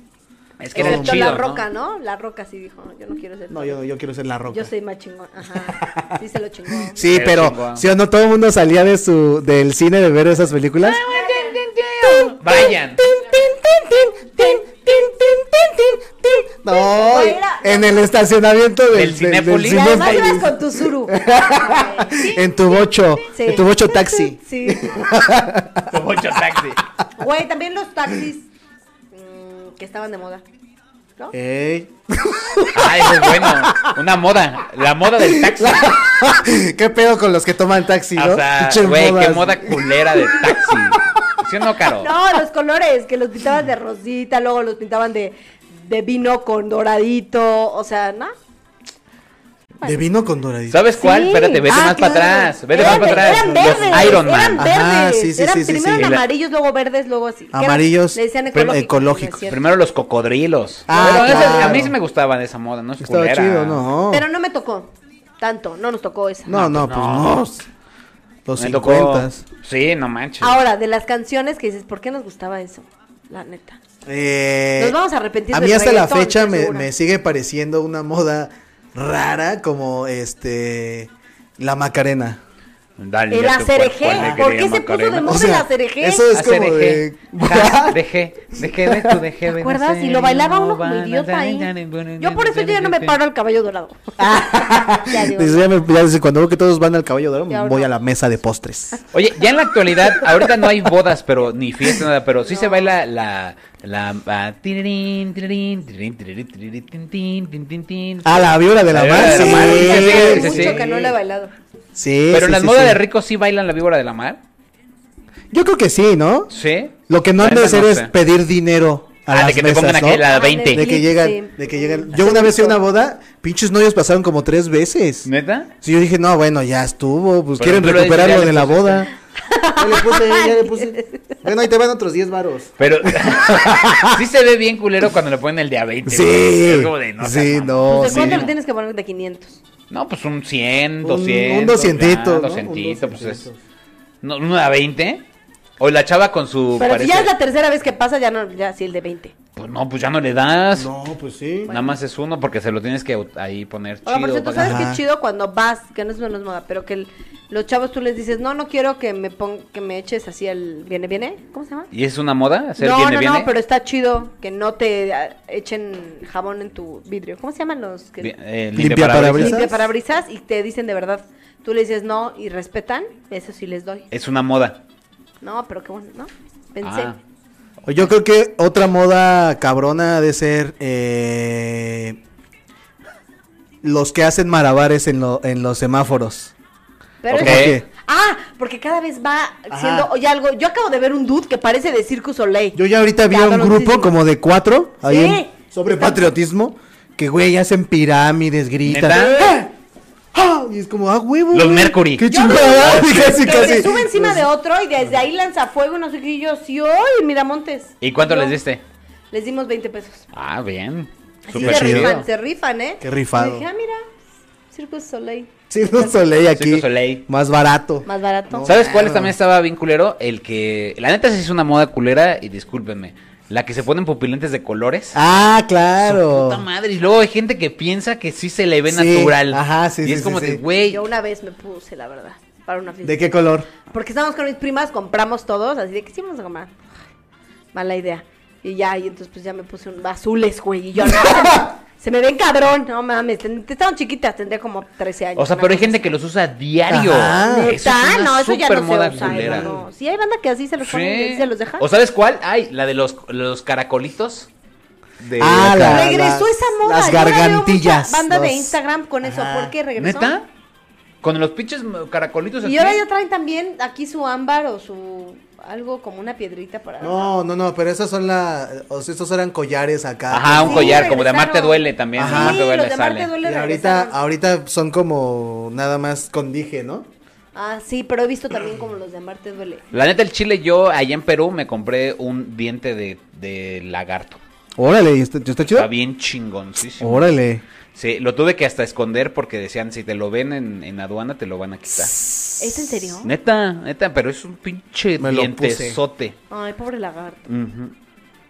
S4: Es que
S3: Todo
S4: era
S5: Excepto
S4: chido.
S5: Este,
S4: ¿no?
S5: la roca, ¿no? La roca sí dijo, yo no quiero ser.
S3: No, yo, yo quiero ser la roca.
S5: Yo soy más chingón. Ajá. Sí se lo chingó.
S3: Sí,
S4: Pero
S3: pero
S4: chingón.
S3: si o no todo el mundo salía de su del cine de ver esas películas. Tum,
S5: Claro.
S4: Vayan.
S3: No,
S5: Baila.
S3: en el estacionamiento del, del-
S4: Del
S3: del
S4: Cinépolis.
S5: Y además
S3: Cinépolis.
S5: ibas con tu suru.
S3: en tu bocho,
S5: Sí.
S3: en tu bocho taxi.
S5: Sí.
S4: Tu bocho taxi.
S5: Güey, también los taxis mm, que estaban de moda. ¿No?
S3: Ey.
S4: Ah, eso es bueno. Una moda. La moda del taxi.
S3: ¿Qué pedo con los que toman taxi, no?
S4: O sea,
S3: Pinches
S4: güey, qué
S3: modas.
S4: moda culera de taxi. ¿Sí o no, Caro?
S5: No, los colores, que los pintaban de rosita, luego los pintaban de, de vino con doradito, o sea, ¿no?
S3: De vino con doradito.
S4: ¿Sabes cuál?
S5: Sí.
S4: Espérate, vete
S5: Ah,
S4: más
S5: claro.
S4: para atrás. Vete
S5: Eran
S4: más
S5: de-
S4: para atrás.
S5: Eran verdes,
S4: Los Iron Man.
S5: Eran verdes.
S3: Ajá, sí, sí,
S5: eran
S3: sí, sí,
S5: primero
S3: sí.
S5: eran
S4: Y la-
S5: amarillos, luego verdes, luego así. Que eran-
S3: Amarillos,
S5: Le decían
S3: prim-
S5: ecológicos.
S3: ecológicos.
S5: no es cierto.
S4: Primero los cocodrilos.
S3: Ah,
S4: Pero esas- a
S3: claro.
S4: mí sí me gustaban esa moda, no es
S3: Estaba
S4: culera.
S3: chido, no.
S5: Pero no me tocó tanto, no nos tocó esa.
S3: no, no, pues
S4: no.
S3: no. Los
S4: Me tocó-
S3: 50.
S4: Sí, no manches.
S5: Ahora, de las canciones que dices, ¿por qué nos gustaba eso? La neta.
S3: Eh,
S5: Nos vamos a arrepentir
S3: A
S5: del
S3: mí hasta la
S5: reggaetón,
S3: fecha
S5: estoy
S3: me,
S5: segura.
S3: me sigue pareciendo una moda rara como este la Macarena.
S4: Dale,
S5: El
S4: a tu
S5: acereje,
S4: cuerpo alegría,
S5: ¿por qué se puso de
S4: Macarena.
S5: moda? el acereje?
S3: eso
S4: Ah,
S3: es como de
S4: Acereje. Ja, Dejé, dejé de tu dejé de
S5: ¿Te acuerdas? Y lo bailaba uno como idiota ahí. Yo por eso yo ya no me paro al caballo dorado. Ya digo,
S3: Dice, ya me- ya dice, cuando veo que todos van al caballo de oro,
S5: Ya, ahora
S3: voy
S5: no.
S3: a la mesa de postres.
S4: Oye, ya en la actualidad, ahorita no hay bodas, pero ni fiesta, nada, pero sí se baila la. la. la- tirirín, tirirín, tirirín, tirirín, tirirín, tin, tin, tin, tin, tin.
S3: Ah, la viola de la,
S4: La
S3: mar.
S4: viola de la
S3: sí,
S4: mar,
S5: ya
S4: sí,
S5: hace
S4: sí, sí,
S5: mucho
S4: sí.
S5: que no le he bailado.
S3: Sí,
S4: Pero
S3: sí,
S4: en las
S3: sí,
S4: modas
S3: sí.
S4: de ricos sí bailan la víbora de la mar.
S3: Yo creo que sí, ¿no?
S4: Sí.
S3: Lo que no han de
S4: Esa
S3: hacer
S4: no
S3: es
S4: sé.
S3: pedir dinero a
S4: Ah,
S3: las
S4: de que te
S3: mesas,
S4: pongan
S3: ¿no?
S4: aquí la
S5: Ah,
S4: 20.
S3: De que llegan,
S5: Sí.
S3: de que llegan. Yo una vez fui a una boda, pinches novios pasaron como tres veces.
S4: ¿Neta?
S3: Sí, yo dije, no, bueno, ya estuvo, pues
S4: Pero
S3: quieren
S4: tú lo dices,
S3: recuperarlo
S4: ya le
S3: de la
S4: pusiste.
S3: boda. Ya le puse, ya le puse. Bueno, ahí te van otros 10 varos.
S4: Pero sí se ve bien culero cuando le ponen el de a 20.
S3: Sí,
S4: güey. Es como de, no seas
S3: sí,
S4: mamón.
S3: no,
S5: Pues, ¿De
S3: Oh, sí.
S5: cuánto le tienes que poner? De 500.
S4: No, pues un 100,
S3: Un-
S4: 200.
S3: un doscientito,
S4: ya,
S3: ¿no?
S4: doscientito,
S3: Un
S4: pues es.
S3: doscientito.
S4: ¿No, ¿Una a 20? O la chava con su.
S5: Pero si
S4: Uh, parece-
S5: ya es la tercera vez que pasa, ya no, ya sí, el de 20.
S4: Pues no, pues ya no le das.
S3: No, pues sí.
S4: Nada más es uno porque se lo tienes que au- ahí poner chido. pues,
S5: Ahora, por cierto,
S4: para-
S5: ¿sabes qué
S3: Ajá.
S5: es chido cuando vas? Que no es menos moda, pero que el- los chavos tú les dices, no, no quiero que me pon- que me eches así el viene, viene. ¿Cómo se llama?
S4: ¿Y es una moda? ¿Hacer
S5: no,
S4: viene,
S5: no,
S4: viene?
S5: no, pero está chido que no te ah, echen jabón en tu vidrio. ¿Cómo se llaman los que
S4: Bien, eh,
S3: Limpia
S4: limpia
S3: parabrisas.
S5: limpia parabrisas y te dicen de verdad? Tú le dices no y respetan, eso sí les doy.
S4: Es una moda.
S5: No, pero qué bueno, ¿no? Pensé.
S4: Ah,
S3: Yo creo que otra moda cabrona ha de ser eh, los que hacen marabares en, lo- en los semáforos.
S5: Pero
S4: Ok.
S5: es-
S3: Porque
S5: Ah, porque cada vez va
S3: Ajá.
S5: siendo oye algo. Yo acabo de ver un dude que parece de Circus Soleil.
S3: yo ya ahorita vi a un
S5: Cabroncísimo.
S3: grupo como de cuatro ahí
S5: Sí.
S3: en- sobre patriotismo que, güey, hacen pirámides, gritan.
S4: ¿Neta?
S3: ¡Ah! ¡Ah! Y es como, ah, huevo.
S4: Los
S3: güey,
S4: Mercury.
S3: Qué
S5: Yo vi
S3: chingada.
S5: un dude
S3: casi,
S5: que
S3: casi.
S5: se sube encima de otro y desde ahí lanza fuego y no sé qué. Y yo, sí, hoy, Miramontes.
S4: ¿Y cuánto
S5: Yo-
S4: les diste?
S5: Les dimos 20 pesos.
S4: Ah, bien.
S5: Así
S4: Súper
S5: se
S3: chido.
S5: rifan, se rifan, ¿eh?
S3: Qué rifado.
S5: Y dije, ah, mira, Circus Soleil.
S3: Sí, no Soleil aquí.
S4: Cirque du Soleil.
S3: Más barato.
S5: Más barato.
S4: ¿Sabes cuál también estaba bien culero? El que. La neta sí es una moda culera y discúlpenme. La que se ponen pupilentes de colores.
S3: Ah,
S4: Su
S3: claro.
S4: Puta madre. Y luego hay gente que piensa que sí se le ve
S3: Sí,
S4: natural.
S3: ajá, sí,
S4: Y
S3: sí,
S4: es
S3: sí,
S4: como
S3: sí.
S4: de, güey.
S5: Yo una vez me puse, la verdad, para una fiesta.
S3: ¿De qué color?
S5: Porque estábamos con mis primas, compramos todos, así de que sí vamos a comer. Mala idea. Y ya, y entonces pues ya me puse un azules, güey. Y yo no. se me ven cabrón. No mames, ten- estaban chiquitas, tendría como 13 años.
S4: O sea,
S5: una
S4: pero hay
S5: cosa
S4: gente que los usa diario.
S3: Ajá.
S5: así.
S4: Eso es
S5: Neta,
S4: una
S5: Ah, no, eso ya no
S4: supermoda
S5: se usa.
S4: culera.
S5: No, no. Sí, hay banda que así se los pone y
S4: Sí.
S5: así se los deja.
S4: ¿O sabes cuál? Ay, la de los, los caracolitos. De
S3: Ah,
S4: acá.
S3: la-
S5: regresó
S3: las-
S5: esa moda.
S3: las
S5: Yo la veo
S3: gargantillas,
S5: mucha Banda de
S3: los-
S5: Instagram con eso,
S3: Ajá.
S5: porque regresó?
S4: ¿Neta? Con los pinches caracolitos
S5: Y
S4: aquí.
S5: ahora ya traen también aquí su ámbar o su algo como una piedrita para.
S3: No, no, no, pero esas son la, o sea, estos eran collares acá.
S4: Ajá, un
S5: Sí,
S4: collar, como de Amar te
S5: regresaron.
S4: duele también. de
S5: Sí,
S4: Amar te duele
S5: los de Amar
S4: sale. ah.
S5: te
S3: Y
S5: duele.
S3: ahorita,
S5: regresaron.
S3: ahorita son como nada más con dije, ¿no?
S5: Ah, sí, pero he visto también como los de Amar te duele.
S4: La neta, el chile, yo allá en Perú me compré un diente de, de lagarto.
S3: Órale, ¿y ¿está, está chido?
S4: Está bien chingoncísimo.
S3: Órale.
S4: Sí, lo tuve que hasta esconder porque decían, si te lo ven en, en aduana, te lo van a quitar.
S5: ¿Es en serio?
S4: Neta, neta, pero es un pinche
S3: Me lo
S4: dientesote.
S5: Ay, pobre lagarto.
S4: Ujú.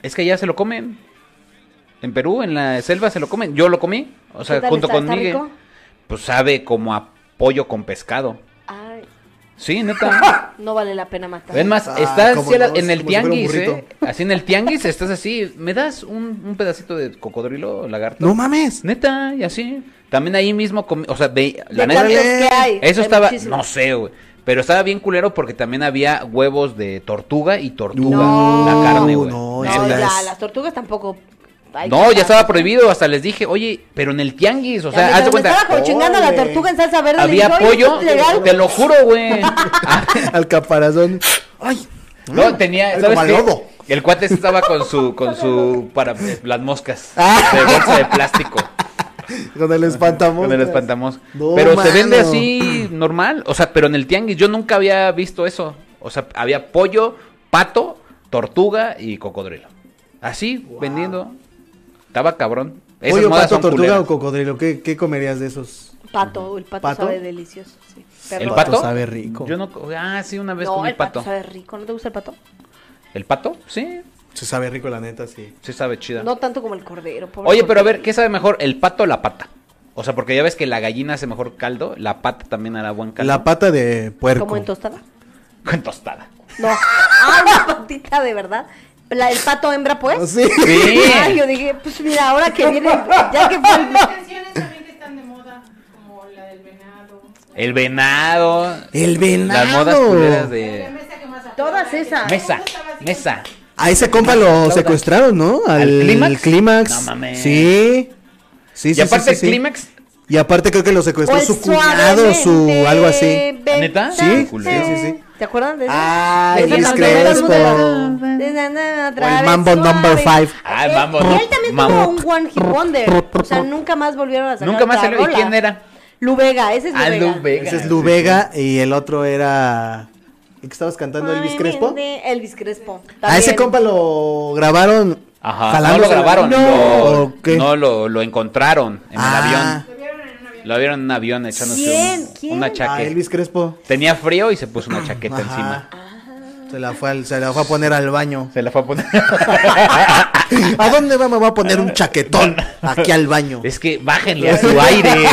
S4: Es que allá se lo comen. En Perú, en la selva, se lo comen. Yo lo comí, o sea,
S5: ¿Qué tal
S4: junto Pues
S5: está?
S4: con
S5: ¿Está
S4: Miguel.
S5: rico?
S4: Pues sabe como a pollo con pescado.
S5: Ay,
S4: Sí, neta.
S5: No vale la pena matar.
S4: Es más,
S3: Ah,
S4: estás
S3: cómo
S4: así a la-
S3: no, es
S4: en el
S3: como si fuera un
S4: tianguis, ¿eh?
S3: burrito.
S4: Así en el tianguis, estás así. ¿Me das un, un pedacito de cocodrilo, lagarto?
S3: No mames.
S4: Neta, y así. También ahí mismo, comi- o sea, ve, la
S5: ¿De
S4: neta.
S5: cuántos que hay?
S4: Eso
S5: Hay
S4: estaba,
S5: muchísimos.
S4: no sé, güey. Pero estaba bien culero porque también había huevos de tortuga y tortuga.
S5: No.
S4: La carne, güey.
S3: No,
S4: Neta.
S3: eso
S5: No,
S3: ya
S5: ya,
S3: es-
S5: las tortugas tampoco. hay
S4: No,
S5: que-
S4: ya estaba prohibido. Hasta les dije, oye, pero en el tianguis, o
S5: Ya me-
S4: sea, haz de
S5: me
S4: cuenta.
S5: Estaba como chingando la
S3: Órale.
S5: tortuga en salsa verde. le
S4: Había
S5: dije, "Oye,
S4: pollo,
S5: ¿esto es legal?".
S4: te lo juro, güey. Ah,
S3: Al caparazón. Ay.
S4: no, tenía,
S3: Ay,
S4: ¿sabes
S3: Mm, como al
S4: qué?
S3: lobo.
S4: El cuate estaba con su, con su, para eh, las moscas,
S3: Ah.
S4: de bolsa de plástico,
S3: Con el espantamos.
S4: con el espantamos.
S3: No,
S4: pero se vende
S3: mano.
S4: así, normal, o sea, pero en el tianguis yo nunca había visto eso. O sea, había pollo, pato, tortuga y cocodrilo. Así, vendiendo. Estaba cabrón. Esas
S3: Pollo,
S4: modas
S3: pato,
S4: son
S3: tortuga
S4: culeras.
S3: o cocodrilo. ¿Qué, qué comerías de esos?
S5: Pato, el pato,
S3: ¿Pato?
S5: sabe delicioso. sí.
S4: ¿El
S5: Perdón.
S4: pato?
S3: sabe rico.
S4: Yo no, co- ah, sí, una vez
S5: No,
S4: comí
S5: el pato.
S4: pato.
S5: sabe rico. ¿No te gusta el pato?
S4: ¿El pato? Sí,
S3: Se sabe rico, la neta, sí.
S4: sí sabe chida.
S5: No tanto como el cordero. pobre
S4: Oye, pero a ver,
S5: cordero.
S4: ¿qué sabe mejor, el pato o la pata? O sea, porque ya ves que la gallina hace mejor caldo, la pata también hará buen caldo.
S3: La pata de puerco.
S5: ¿Como en tostada?
S4: Con tostada.
S5: No. Ah, una patita de verdad. La- el pato hembra, pues.
S3: Ah, Sí.
S4: Ah, Sí.
S5: Ay, yo dije, pues mira, ahora que viene, ya que fue
S6: Hay unas
S5: el-
S6: canciones también que están de moda, como la del venado.
S4: El venado.
S3: El venado.
S4: Las modas culeras
S6: La
S4: de...
S6: mesa que más aplauda,
S5: Todas
S6: que-
S5: esas.
S4: Mesa, mesa.
S3: A ese compa lo secuestraron, ¿no? Al,
S4: ¿Al Clímax?
S3: Clímax.
S4: No mames.
S3: Sí. Sí, sí,
S4: y aparte
S3: sí,
S4: el
S3: sí, sí.
S4: clímax,
S3: Y aparte creo que lo secuestró
S5: o el
S3: su cuñado, su
S5: Pues suavemente
S3: algo así.
S5: ven-
S4: ¿Neta?
S3: ¿Ah, Sí,
S4: Sí, culero.
S3: sí, sí, sí.
S5: ¿Te acuerdan de eso?
S3: Ay,
S5: Esa
S3: Luis
S5: canción de
S3: Crespo.
S5: Madonna. De na- na- otra
S3: O el
S5: vez,
S3: Mambo
S5: suave.
S3: Number Five.
S4: Ah, el
S5: Eh, Él-
S4: Mambo
S5: y
S4: Num-
S5: él también
S4: Mambo.
S5: tuvo un One Hit Wonder. O sea, nunca más volvieron a sacar
S4: nunca más
S5: otra
S4: salió. ¿Y
S5: rola.
S4: quién era?
S5: Lu Vega, ese es Lu
S4: Ah,
S5: Vega.
S4: Lu Vega.
S3: Ese es Lu Vega y el otro era ¿El que estabas cantando Elvis Crespo?
S5: Suavemente, Elvis Crespo.
S3: A ese
S5: también.
S3: compa lo grabaron.
S4: Ajá, no
S3: jalándose
S4: lo
S3: la-
S4: grabaron,
S3: No,
S4: lo-
S3: ¿O qué?
S4: no lo, lo encontraron en
S3: Ah.
S4: el avión. Lo vieron en un avión echándose
S5: ¿Quién?
S4: un,
S5: ¿Quién? Ah,
S4: un
S3: A
S4: achaque.
S3: Elvis Crespo.
S4: Tenía frío y se puso una chaqueta
S3: Ajá.
S4: encima.
S3: Se la fue al- se la fue a poner al baño.
S4: Se la fue a poner.
S3: ¿A dónde va? Me voy a poner un chaquetón aquí al baño.
S4: es que bájenle a su aire.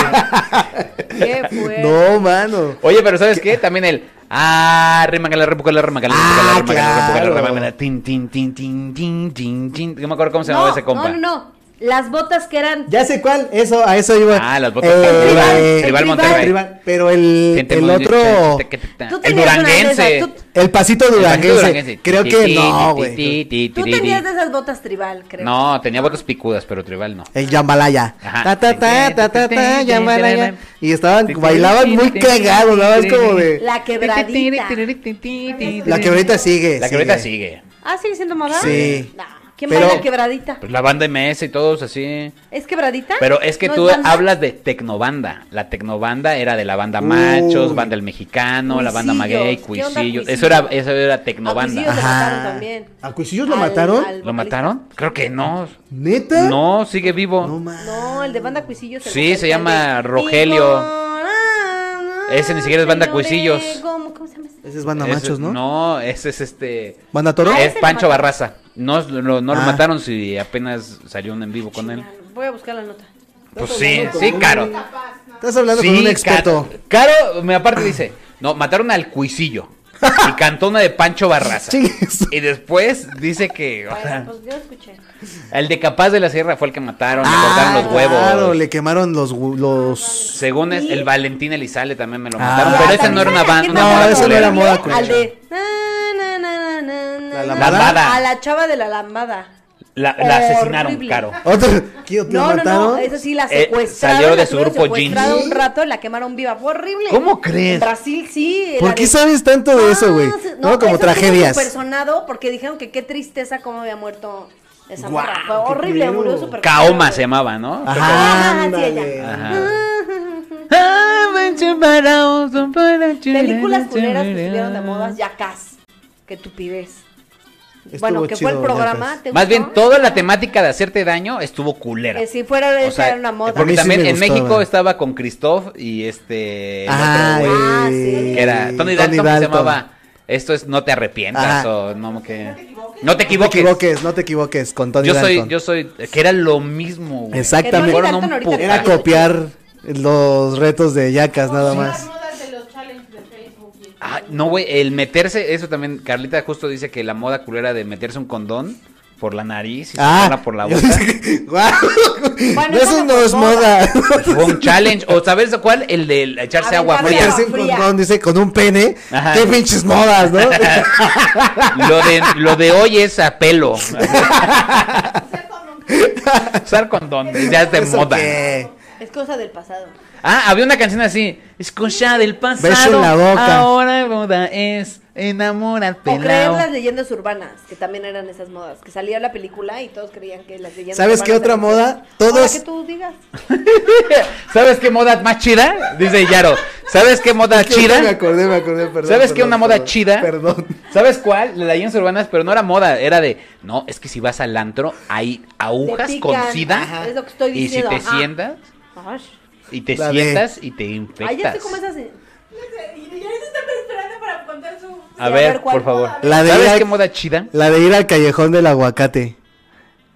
S5: ¿Qué fue?
S3: No, mano.
S4: Oye, pero ¿sabes qué? También el. Ah, remangala, repúcala, remangala,
S3: Ah,
S4: remangala, remangala,
S3: claro.
S4: remangala, remangala, tin, tin, tin, tin, tin, tin, tin. No me acuerdo cómo se llamaba ese compa.
S5: No, no, no. Las botas que eran.
S3: Ya sé cuál, eso, a eso iba.
S4: Ah, las botas. El
S5: tribal,
S3: eh,
S5: el tribal Monterrey.
S3: tribal, pero el,
S4: Gente
S3: el
S4: muy-
S3: otro,
S5: Tú
S4: El
S5: tenías una de esas,
S4: duranguense.
S5: tú-
S3: el pasito
S4: El banquero
S3: duranguense. Creo
S4: Ti,
S3: que
S4: ti,
S3: no,
S4: ti,
S3: güey.
S4: ti, ti,
S5: Tú
S4: ti,
S5: tenías
S4: ti.
S5: de esas botas tribal, creo.
S4: No, tenía botas picudas, pero tribal no.
S3: El Yambalaya.
S4: Ajá.
S3: Ta, ta, ta, ta, ta, ta, Yambalaya. Y estaban, bailaban muy cagados, nada más como de.
S5: La quebradita.
S3: La que ahorita sigue.
S4: La que ahorita sigue.
S5: ¿Ah, sigue siendo moda?
S3: Sí.
S5: No. ¿Quién
S3: Pero-
S5: baila quebradita?
S4: Pues la banda MS y todos así.
S5: ¿Es quebradita?
S4: Pero es que
S5: ¿No
S4: tú
S5: banda?
S4: hablas de tecnobanda. La tecnobanda era de la banda Machos,
S3: Uy.
S4: banda El Mexicano, la banda
S5: Cuisillos.
S4: Maguey,
S5: ¿Qué onda,
S4: Cuisillos.
S5: Cuisillos?
S4: Eso era, eso era
S5: A
S4: tecnobanda.
S5: Cuisillos lo
S4: Ajá.
S5: mataron también.
S3: ¿A Cuisillos lo
S5: Al-
S3: mataron?
S5: al
S4: ¿Lo
S5: vocalista.
S4: mataron? Creo que no.
S3: ¿Neta?
S4: No, sigue vivo.
S3: No, man.
S5: No, el de Banda Cuisillos. el
S4: Sí,
S5: vocalista
S4: se llama
S5: de-
S4: Rogelio.
S5: Ignorada,
S4: Ese ni siquiera es Banda
S5: señores,
S4: Cuisillos.
S5: ¿Cómo, cómo se llama ese?
S3: Ese es Banda
S4: Ese-
S3: Machos, ¿no?
S4: No, ese es este.
S3: ¿Banda Toro?
S5: Ah,
S4: Es
S5: ese lo
S4: Pancho
S5: mataron.
S4: Barraza. No, lo- no lo
S3: Ah.
S4: mataron si apenas salió un en vivo con él.
S5: Chingado, Voy a buscar la nota.
S4: Pues sí, sí, caro.
S3: Estás hablando con
S4: Sí,
S3: un experto.
S4: Caro, Caro, me aparte dice, no, mataron al cuisillo. Y cantó una de Pancho Barraza.
S3: Sí, sí.
S4: Y después dice que o sea,
S5: Bueno, pues yo escuché.
S4: el de Capaz de la Sierra fue el que mataron, le cortaron los huevos.
S3: Ah, Claro, le quemaron los. hu- los...
S4: Según es, el Valentín Elizalde también me lo
S3: Ah.
S4: mataron.
S3: Ya,
S4: pero esa
S5: también
S4: no era una
S5: era
S4: banda.
S5: gente
S3: No,
S5: moda
S3: esa no era
S5: horrible,
S3: moda culera.
S5: Al de. na, na, na, na, na,
S3: La
S5: na,
S3: lambada.
S4: Lambada.
S5: A la chava de la lambada.
S4: La, la asesinaron,
S5: Horrible.
S4: Caro.
S3: Otro. ¿Qué, ¿Lo
S5: No, no,
S3: mataron?
S5: no, esa sí la
S4: Eh,
S5: secuestraron.
S4: salió de
S5: la
S4: su
S5: tuvieron
S4: grupo Jeans.
S5: secuestrada un rato, la quemaron viva. Fue horrible.
S4: ¿Cómo crees?
S5: En Brasil sí.
S3: ¿Por
S5: la
S3: qué
S5: de-
S3: sabes tanto de eso, güey?
S5: Ah, se-
S3: No,
S5: eso
S3: como
S5: estuvo
S3: tragedias.
S5: supersonado porque dijeron que qué tristeza cómo había muerto esa
S3: Guau,
S5: morra. Fue
S3: qué
S5: horrible,
S3: culero.
S5: murió súper.
S4: Kaoma se llamaba, ¿no?
S5: Ajá,
S3: Ajá,
S5: Ah, sí, ella.
S3: ándale.
S4: Ajá. Ah,
S5: Películas culeras que estuvieron de modas, Yacas. Que tupidez.
S3: Estuvo
S5: Bueno, que fue el
S3: chido,
S5: programa.
S3: Jackass.
S5: ¿te
S4: Más
S5: gustó?
S4: bien, toda la temática de hacerte daño estuvo culera.
S5: Que si fuera
S4: O
S5: esa
S4: sea,
S5: era una moda.
S3: A mí
S4: Porque
S3: sí
S4: también
S3: me
S4: en
S3: gustaba.
S4: México estaba con Christoph y este. el
S3: Ajá,
S4: otro güey,
S5: Ah, sí.
S4: que era Tony Dalton, que se llamaba. Esto es No te arrepientas
S3: Ajá.
S4: o no que. No te
S3: No te
S4: equivoques.
S3: equivoques, no te equivoques con Tony
S4: Yo soy,
S3: Dalton.
S4: yo soy. Que era lo mismo, güey.
S3: Exactamente.
S4: Fueron
S5: Tony
S4: un
S5: Dalton ahorita
S4: putazo.
S3: Era copiar los retos de Yacas, nada
S6: Como
S3: más.
S6: Las modas de los challenges de Facebook. y-
S4: Ah, no, güey, el meterse, eso también, Carlita justo dice que la moda culera de meterse un condón por la nariz y sacarla por la
S3: Ah, yo
S4: boca.
S3: dije que- guau.
S5: Bueno,
S3: eso no es moda.
S4: Fue un challenge. ¿O sabes cuál? El de echarse agua
S5: Aventarle
S4: fría.
S3: Meterse en
S5: fría.
S3: condón, dice, con un pene.
S4: Ajá.
S3: Qué pinches modas, ¿no?
S4: Lo de, lo de hoy es a pelo. Usar condón, ya es de
S3: ¿Eso
S4: moda.
S3: qué?
S5: Es cosa del pasado.
S4: Ah, había una canción así. Escucha del pasado.
S3: Beso en la boca.
S4: Ahora moda es enamórate.
S5: O creer
S4: lao.
S5: las leyendas urbanas, que también eran esas modas. Que salía la película y todos creían que las leyendas
S3: ¿Sabes
S5: urbanas
S3: qué otra
S5: eran
S3: moda?
S5: ciertas.
S3: Todos-
S5: Ahora que tú digas.
S4: ¿Sabes qué moda más chida? Dice Yaro. ¿Sabes qué moda
S3: Me
S4: chida?
S3: acordé, me acordé, perdón.
S4: ¿Sabes qué
S3: perdón,
S4: una moda
S3: perdón,
S4: chida?
S3: Perdón.
S4: ¿Sabes cuál? Las leyendas urbanas, pero no era moda, era de, no, es que si vas al antro hay agujas
S5: Te pican,
S4: con sida.
S5: ajá, es lo que estoy diciendo,
S4: Y si te
S5: ajá.
S4: sientas
S5: Ay,
S4: y te
S3: La de-
S4: sientas y te
S5: ay, ya
S4: infectas.
S5: estoy como esas.
S6: Y ya se están esperando para contar su.
S4: A
S3: Ah.
S5: Sí, a
S4: ver,
S5: ver, ¿cuál
S4: por favor.
S5: moda?
S3: La de ir
S4: ¿Sabes
S3: al-
S4: qué moda chida?
S3: La de ir al callejón del aguacate.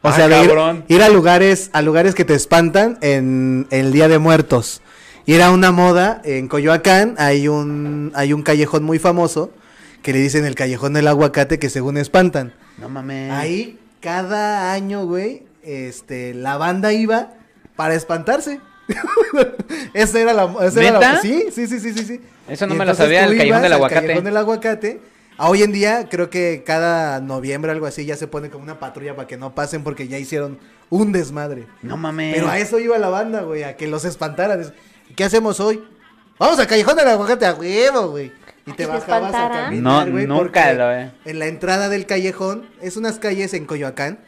S3: O
S4: Ah,
S3: sea, de ir,
S4: cabrón.
S3: ir a lugares, a lugares que te espantan en el Día de Muertos. Y era una moda en Coyoacán, hay un, hay un callejón muy famoso que le dicen el callejón del aguacate que según espantan.
S4: No mames.
S3: Ahí cada año, güey, este, la banda iba para espantarse. esa era la, esa era la-
S4: ¿Neta?
S3: sí, sí, sí, sí, sí, sí.
S4: Eso no
S3: Y
S4: me lo
S3: entonces
S4: sabía,
S3: tú
S4: el Callejón
S3: ibas
S4: del
S3: al
S4: Aguacate.
S3: Callejón del aguacate. A Hoy en día creo que cada noviembre algo así ya se pone como una patrulla para que no pasen porque ya hicieron un desmadre.
S4: No mames.
S3: Pero a eso iba la banda, güey, a que los espantaran. Es, ¿Qué hacemos hoy? Vamos al callejón del aguacate a huevo, güey. Y te
S5: ¿Que te
S3: bajabas a
S5: espantaran?
S3: caminar,
S4: No,
S3: güey,
S4: nunca
S3: porque
S4: lo he.
S3: En la entrada del callejón, es unas calles en Coyoacán,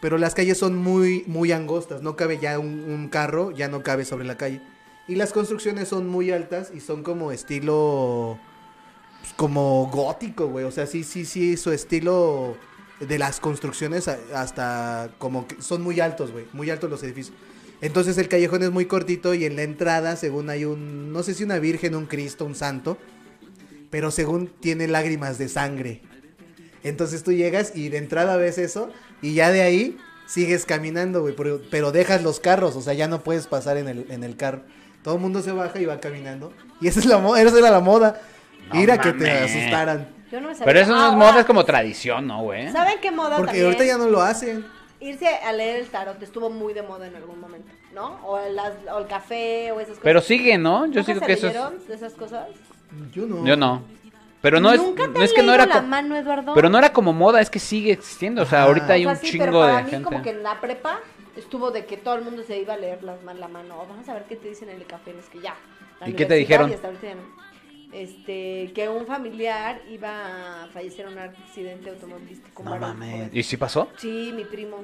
S3: pero las calles son muy, muy angostas. No cabe ya un, un carro, ya no cabe sobre la calle. Y las construcciones son muy altas y son como estilo... pues, como gótico, güey. O sea, sí, sí, sí, su estilo de las construcciones a- hasta como que son muy altos, güey. Muy altos los edificios. Entonces el callejón es muy cortito y en la entrada, según hay un, no sé si una virgen, un Cristo, un santo, pero según tiene lágrimas de sangre. Entonces tú llegas y de entrada ves eso y ya de ahí sigues caminando, güey, pero, pero dejas los carros, o sea, ya no puedes pasar en el, en el carro. Todo el mundo se baja y va caminando. Y esa, es la mo- esa era la moda.
S4: No
S3: Ir a que te
S4: mames.
S3: asustaran.
S5: Yo no me sabía.
S4: Pero eso no es
S5: Ahora,
S4: moda, es como ¿eh? tradición, ¿no, güey?
S5: ¿Saben qué moda
S3: Porque
S5: también?
S3: ahorita ya no lo hacen.
S5: Irse a leer el tarot estuvo muy de moda en algún momento, ¿no? O, las, o el café o esas cosas.
S4: Pero sigue, ¿no? Yo
S5: ¿Nunca
S4: sigo
S5: se
S4: que eso es...
S5: leyeron de esas cosas?
S3: Yo no.
S4: Yo no. Pero no es,
S5: ¿Nunca te
S4: no es
S5: han
S4: que no
S5: leído
S4: era
S5: la
S4: co-
S5: mano, Eduardo?
S4: Pero no era como moda, es que sigue existiendo. O sea,
S3: Ajá.
S4: ahorita hay
S5: O sea,
S4: un
S5: sí, pero
S4: chingo
S5: para
S4: de
S5: mí
S4: gente.
S5: como que en la prepa estuvo de que todo el mundo se iba a leer las, man- la mano. O vamos a ver qué te dicen en el café. Es que ya. la
S4: ¿Y qué te
S5: universidad
S4: dijeron?
S5: y hasta ahorita ya no. Este, que un familiar iba a fallecer en un accidente automovilístico.
S4: No
S5: varón,
S4: mames.
S5: joven.
S4: ¿Y si pasó?
S5: Sí, mi primo.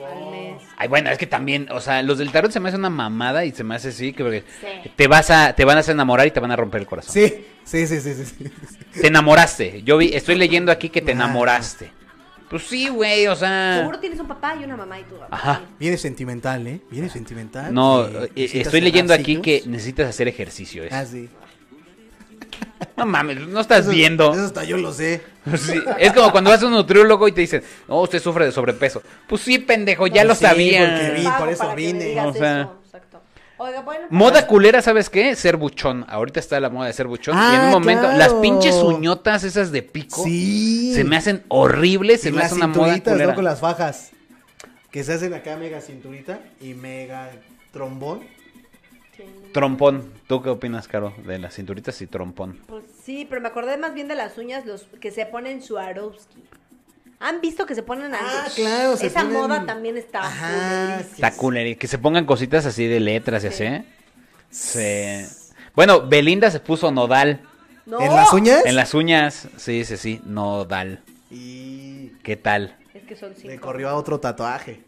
S5: Al mes.
S4: Ay, bueno, es que también, o sea, los del tarot se me hace una mamada y se me hace así que porque
S5: Sí.
S4: te vas a, te van a hacer enamorar y te van a romper el corazón.
S3: Sí, sí, sí, sí, sí, sí.
S4: Te enamoraste. Yo vi, estoy leyendo aquí que te
S3: Ah.
S4: enamoraste. Pues sí, güey, o sea.
S5: Seguro tienes un papá y una mamá y tú.
S4: Ah. Ajá.
S3: Viene sentimental, ¿eh? Viene sentimental.
S4: Ah. No,
S3: Sí,
S4: eh,
S3: necesitas
S4: estoy leyendo aquí
S3: ciclos.
S4: que necesitas hacer ejercicio. es-
S3: Ah, sí.
S4: No mames, no estás
S3: Eso-
S4: viendo.
S3: Eso hasta yo lo sé.
S4: Pues Sí, es como cuando vas a un nutriólogo y te dicen, no, usted sufre de sobrepeso. Pues sí, pendejo, ya
S3: No,
S4: lo
S3: sí, porque
S4: sabía.
S3: vi- por eso vine.
S4: O sea. Mm.
S5: exacto. Oiga, bueno.
S4: Moda culera, ¿sabes qué? Ser buchón. Ahorita está la moda de ser buchón. y en
S3: Ah,
S4: un momento,
S3: claro.
S4: las pinches uñotas esas de pico
S3: Sí.
S4: se me hacen horribles, se
S3: Y
S4: me
S3: las
S4: hace una moda
S3: cinturitas,
S4: culera.
S3: ¿no? Con las fajas. Que se hacen acá mega cinturita y mega trombón.
S4: Trompón. ¿Tú qué opinas, Caro? De las cinturitas y trompón.
S5: Pues sí, pero me acordé más bien de las uñas los que se ponen Swarovski. ¿Han visto que se ponen
S3: Ah,
S5: antes?
S3: claro, se
S5: Esa
S3: ponen-
S5: moda también está
S3: Ajá,
S5: culerísima.
S4: Está culera. Que se pongan cositas así de letras y así. Se... Bueno, Belinda se puso nodal
S5: No,
S3: ¿En las uñas?
S4: en las uñas. Sí, sí, sí, nodal.
S3: Y
S4: ¿Qué tal?
S5: Es que son cinco.
S3: le corrió a otro tatuaje.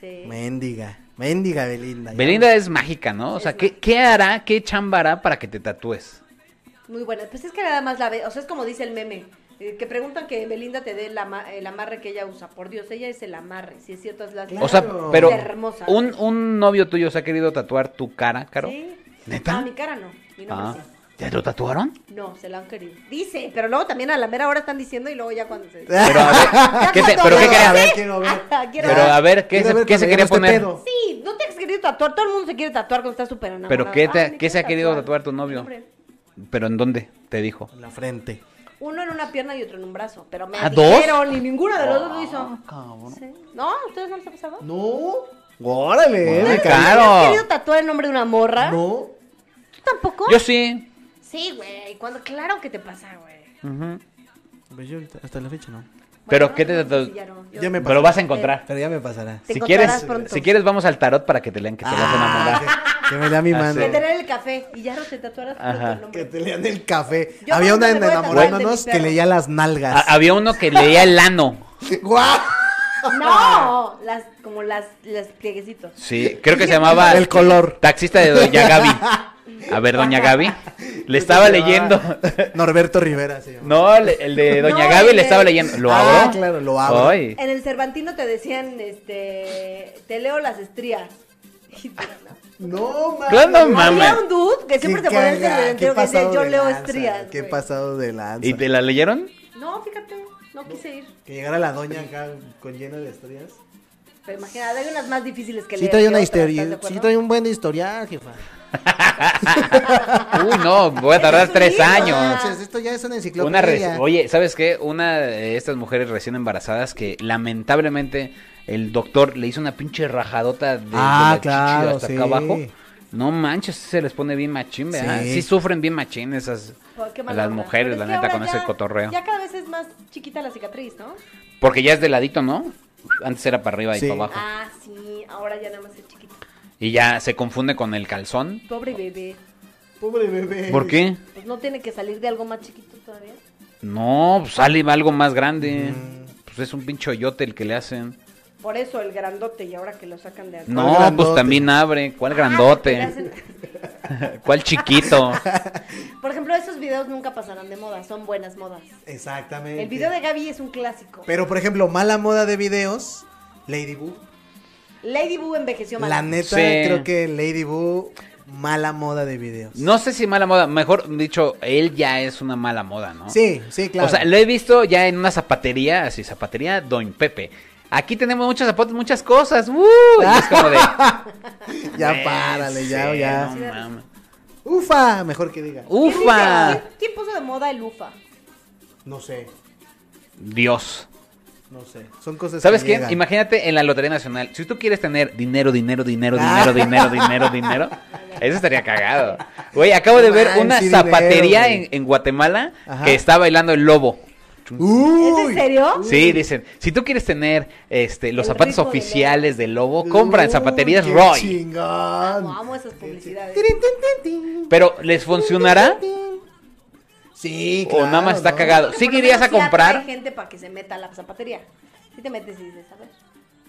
S5: Sí.
S3: Mendiga. Mendiga Belinda. ya.
S4: Belinda es mágica, ¿no? O sea,
S5: Es
S4: ¿qué,
S5: mágica.
S4: qué hará, qué chamba hará para que te tatúes?
S5: Muy buena. Pues es que nada más la ve. O sea, es como dice el meme. eh, que preguntan que Belinda te dé el, ama- el amarre que ella usa. Por Dios, ella es el amarre. Si es cierto, es la.
S4: O sea,
S3: Claro.
S4: pero
S5: Hermosa.
S4: un, un novio tuyo se ha querido tatuar tu cara, Caro.
S5: Sí.
S4: ¿Neta?
S5: Ah, mi cara no. Mi
S4: Ah.
S5: nombre sí.
S4: ¿Ya lo tatuaron?
S5: No, se la han querido. Dice, pero luego también a la mera hora están diciendo y luego ya cuando se.
S4: Pero a ver, Ah, ¿qué te-
S5: cuando
S4: pero
S5: lo
S4: qué
S3: Quiero
S5: veas,
S4: querías?
S3: ver, quiero ver.
S5: Ah, quiero
S4: Pero
S5: ver.
S4: a ver, ¿qué
S3: Quiero
S4: se-
S3: ver
S4: qué
S3: cuando
S4: se quería
S3: llegue este
S4: poner?
S3: pedo.
S5: Sí, no te has querido tatuar. Todo el mundo se quiere tatuar cuando está súper enamorado.
S4: ¿Pero qué, te-
S5: Ay, me
S4: qué se ha
S5: quiero
S4: querido
S5: tatuar.
S4: tatuar tu novio?
S5: Hombre,
S4: ¿Pero en dónde? Te dijo.
S3: En la frente.
S5: Uno en una pierna y otro en un brazo. Pero me
S4: ¿Ah, dos? Ah,
S5: dijeron y ninguno de los dos lo hizo. Sí. ¿No? ¿A ¿Ustedes no les ha pasado?
S3: No. Órale, eh,
S4: Bueno,
S3: me cae.
S4: claro.
S7: ¿Has querido tatuar el nombre de una
S4: Ah.
S7: morra?
S3: No.
S7: ¿Tú tampoco?
S4: Yo sí.
S5: Sí, güey. Cuando, claro que te pasa, güey.
S4: Ujú.
S3: Pues yo ahorita- hasta la fecha no.
S4: Pero
S5: no,
S4: ¿qué te
S5: no,
S4: tatu-
S5: sí, ya no. Yo-
S3: Ya me
S4: Pero
S3: pasó.
S4: vas a encontrar.
S3: Pero ya me pasará.
S7: Te
S4: Si
S7: encontrarás
S4: quieres,
S7: pronto.
S4: si quieres vamos al tarot para que te lean que te vas a enamorar.
S3: Ah, que, que me lea mi
S4: Ah,
S3: mano.
S4: sí.
S5: Que tener el café y ya no te tatuaras
S4: Ajá.
S5: pronto el
S3: Que
S5: nombre.
S3: te lean el café.
S5: Yo
S3: Había
S5: cuando
S3: una
S5: me
S3: en
S5: voy a
S3: enamorándonos
S5: tatuar de mi
S3: que
S5: perro.
S3: leía las nalgas.
S4: Ha- había uno que leía el ano.
S3: ¡Guau!
S5: No, las, como las, las plieguecitos.
S4: Sí, creo que se llamaba
S3: El color.
S4: Taxista de Doña Gaby. A ver, Doña Gaby. Le estaba leyendo.
S3: Norberto Rivera se llama.
S4: No, le- el de Doña
S5: No,
S4: Gaby le
S5: el de-
S4: estaba leyendo. ¿Lo
S3: Ah,
S4: abro?
S3: claro, lo abro.
S4: Ay.
S5: En el Cervantino te decían, este, te leo las estrías. Y tú, ¿no?
S3: No, mames.
S4: Claro, no mames.
S5: Había un dude que siempre
S3: Qué
S5: te ponía el
S3: caga, qué
S5: delantero que decía,
S3: pasado
S5: yo
S3: de
S5: leo
S3: lanza,
S5: estrías.
S3: Qué
S5: güey.
S3: pasado de lanza.
S4: ¿Y te la leyeron?
S5: No, fíjate, no quise ir.
S3: Que llegara la doña acá con llena de estrellas.
S5: Pero imagínate, hay unas más difíciles que
S3: Sí
S5: leer
S3: trae
S5: que
S3: una
S5: otras, ¿estás de
S3: historia,
S5: acuerdo?
S3: sí trae un buen historial, jefa.
S4: Uy, no, voy a tardar
S5: Es un
S4: tres
S5: libro.
S4: años.
S3: Entonces, esto ya es una enciclopedia.
S4: Una re- Oye, ¿sabes qué? Una de estas mujeres recién embarazadas que lamentablemente el doctor le hizo una pinche rajadota de, de
S3: Ah,
S4: la chichi
S3: claro,
S4: hasta
S3: sí.
S4: acá abajo. No manches, se les pone bien machín, ¿verdad?
S3: Sí.
S4: Sí, sufren bien machín esas
S5: Pues, qué mala
S4: las
S5: onda.
S4: mujeres,
S5: Pero
S4: la
S5: es que
S4: neta,
S5: ahora
S4: con ese
S5: ya-
S4: cotorreo.
S5: Ya cada vez es más chiquita la cicatriz, ¿no?
S4: Porque ya es de ladito, ¿no? Antes era para arriba y
S3: Sí.
S4: para abajo.
S5: Ah, sí, ahora ya nada más es chiquita.
S4: Y ya se confunde con el calzón.
S5: Pobre bebé.
S3: Pobre bebé.
S4: ¿Por qué?
S5: Pues no tiene que salir de algo más chiquito todavía.
S4: No, pues sale algo más grande.
S3: Mm.
S4: Pues es un pinche hoyote el que le hacen.
S5: Por eso el grandote y ahora que lo sacan de algo.
S4: No,
S3: grandote?
S4: pues también abre. ¿Cuál
S5: Ah,
S4: grandote? ¿Cuál chiquito?
S5: Por ejemplo, esos videos nunca pasarán de moda, son buenas modas.
S3: Exactamente.
S5: El video de Gaby es un clásico.
S3: Pero, por ejemplo, mala moda de videos, Lady Boo.
S5: Lady Boo envejeció mal.
S3: La neta,
S4: Sí.
S3: creo que Lady Boo, mala moda de videos.
S4: No sé si mala moda. Mejor dicho, él ya es una mala moda, ¿no?
S3: Sí, sí, claro.
S4: O sea, lo he visto ya en una zapatería, así, zapatería Don Pepe. Aquí tenemos muchos zapatos, muchas cosas. ¡Uh! Y es como de.
S3: ya
S4: "Eh,
S3: párale, ya,
S4: sí,
S3: ya.
S4: no mames.
S3: Ufa, mejor que diga.
S5: ¿Quién dice-
S4: ¡Ufa!
S5: ¿Quién, quién puso de moda el ufa?
S3: No sé,
S4: Dios.
S3: no sé. Son cosas
S4: ¿Sabes
S3: que
S4: qué?
S3: llegan.
S4: Imagínate en la Lotería Nacional. Si tú quieres tener dinero, dinero, dinero,
S3: Ah.
S4: dinero, dinero, dinero, dinero, eso estaría cagado. Güey, acabo de ver
S3: Man,
S4: una
S3: sí, dinero,
S4: zapatería
S3: güey.
S4: en, en Guatemala
S3: Ajá.
S4: que está bailando el lobo.
S3: Uy.
S5: ¿Es en serio?
S4: Sí, dicen, si tú quieres tener este, los
S5: El
S4: zapatos
S5: ritmo del
S4: oficiales del lobo, compra en
S3: Uy,
S4: zapaterías
S3: qué
S4: Roy.
S3: chingón.
S5: Amo, amo esas publicidades.
S3: Tirin, tin, tin, tin.
S4: Pero, ¿les funcionará?
S3: Tin, tin, tin. Sí,
S4: o nada más
S3: claro,
S4: está
S3: ¿no?
S4: cagado. ¿Sí
S5: Por lo
S4: irías
S5: menos
S4: a
S5: sí atrae
S4: comprar?
S5: gente para que se meta a la zapatería. Si te metes y dices, a ver,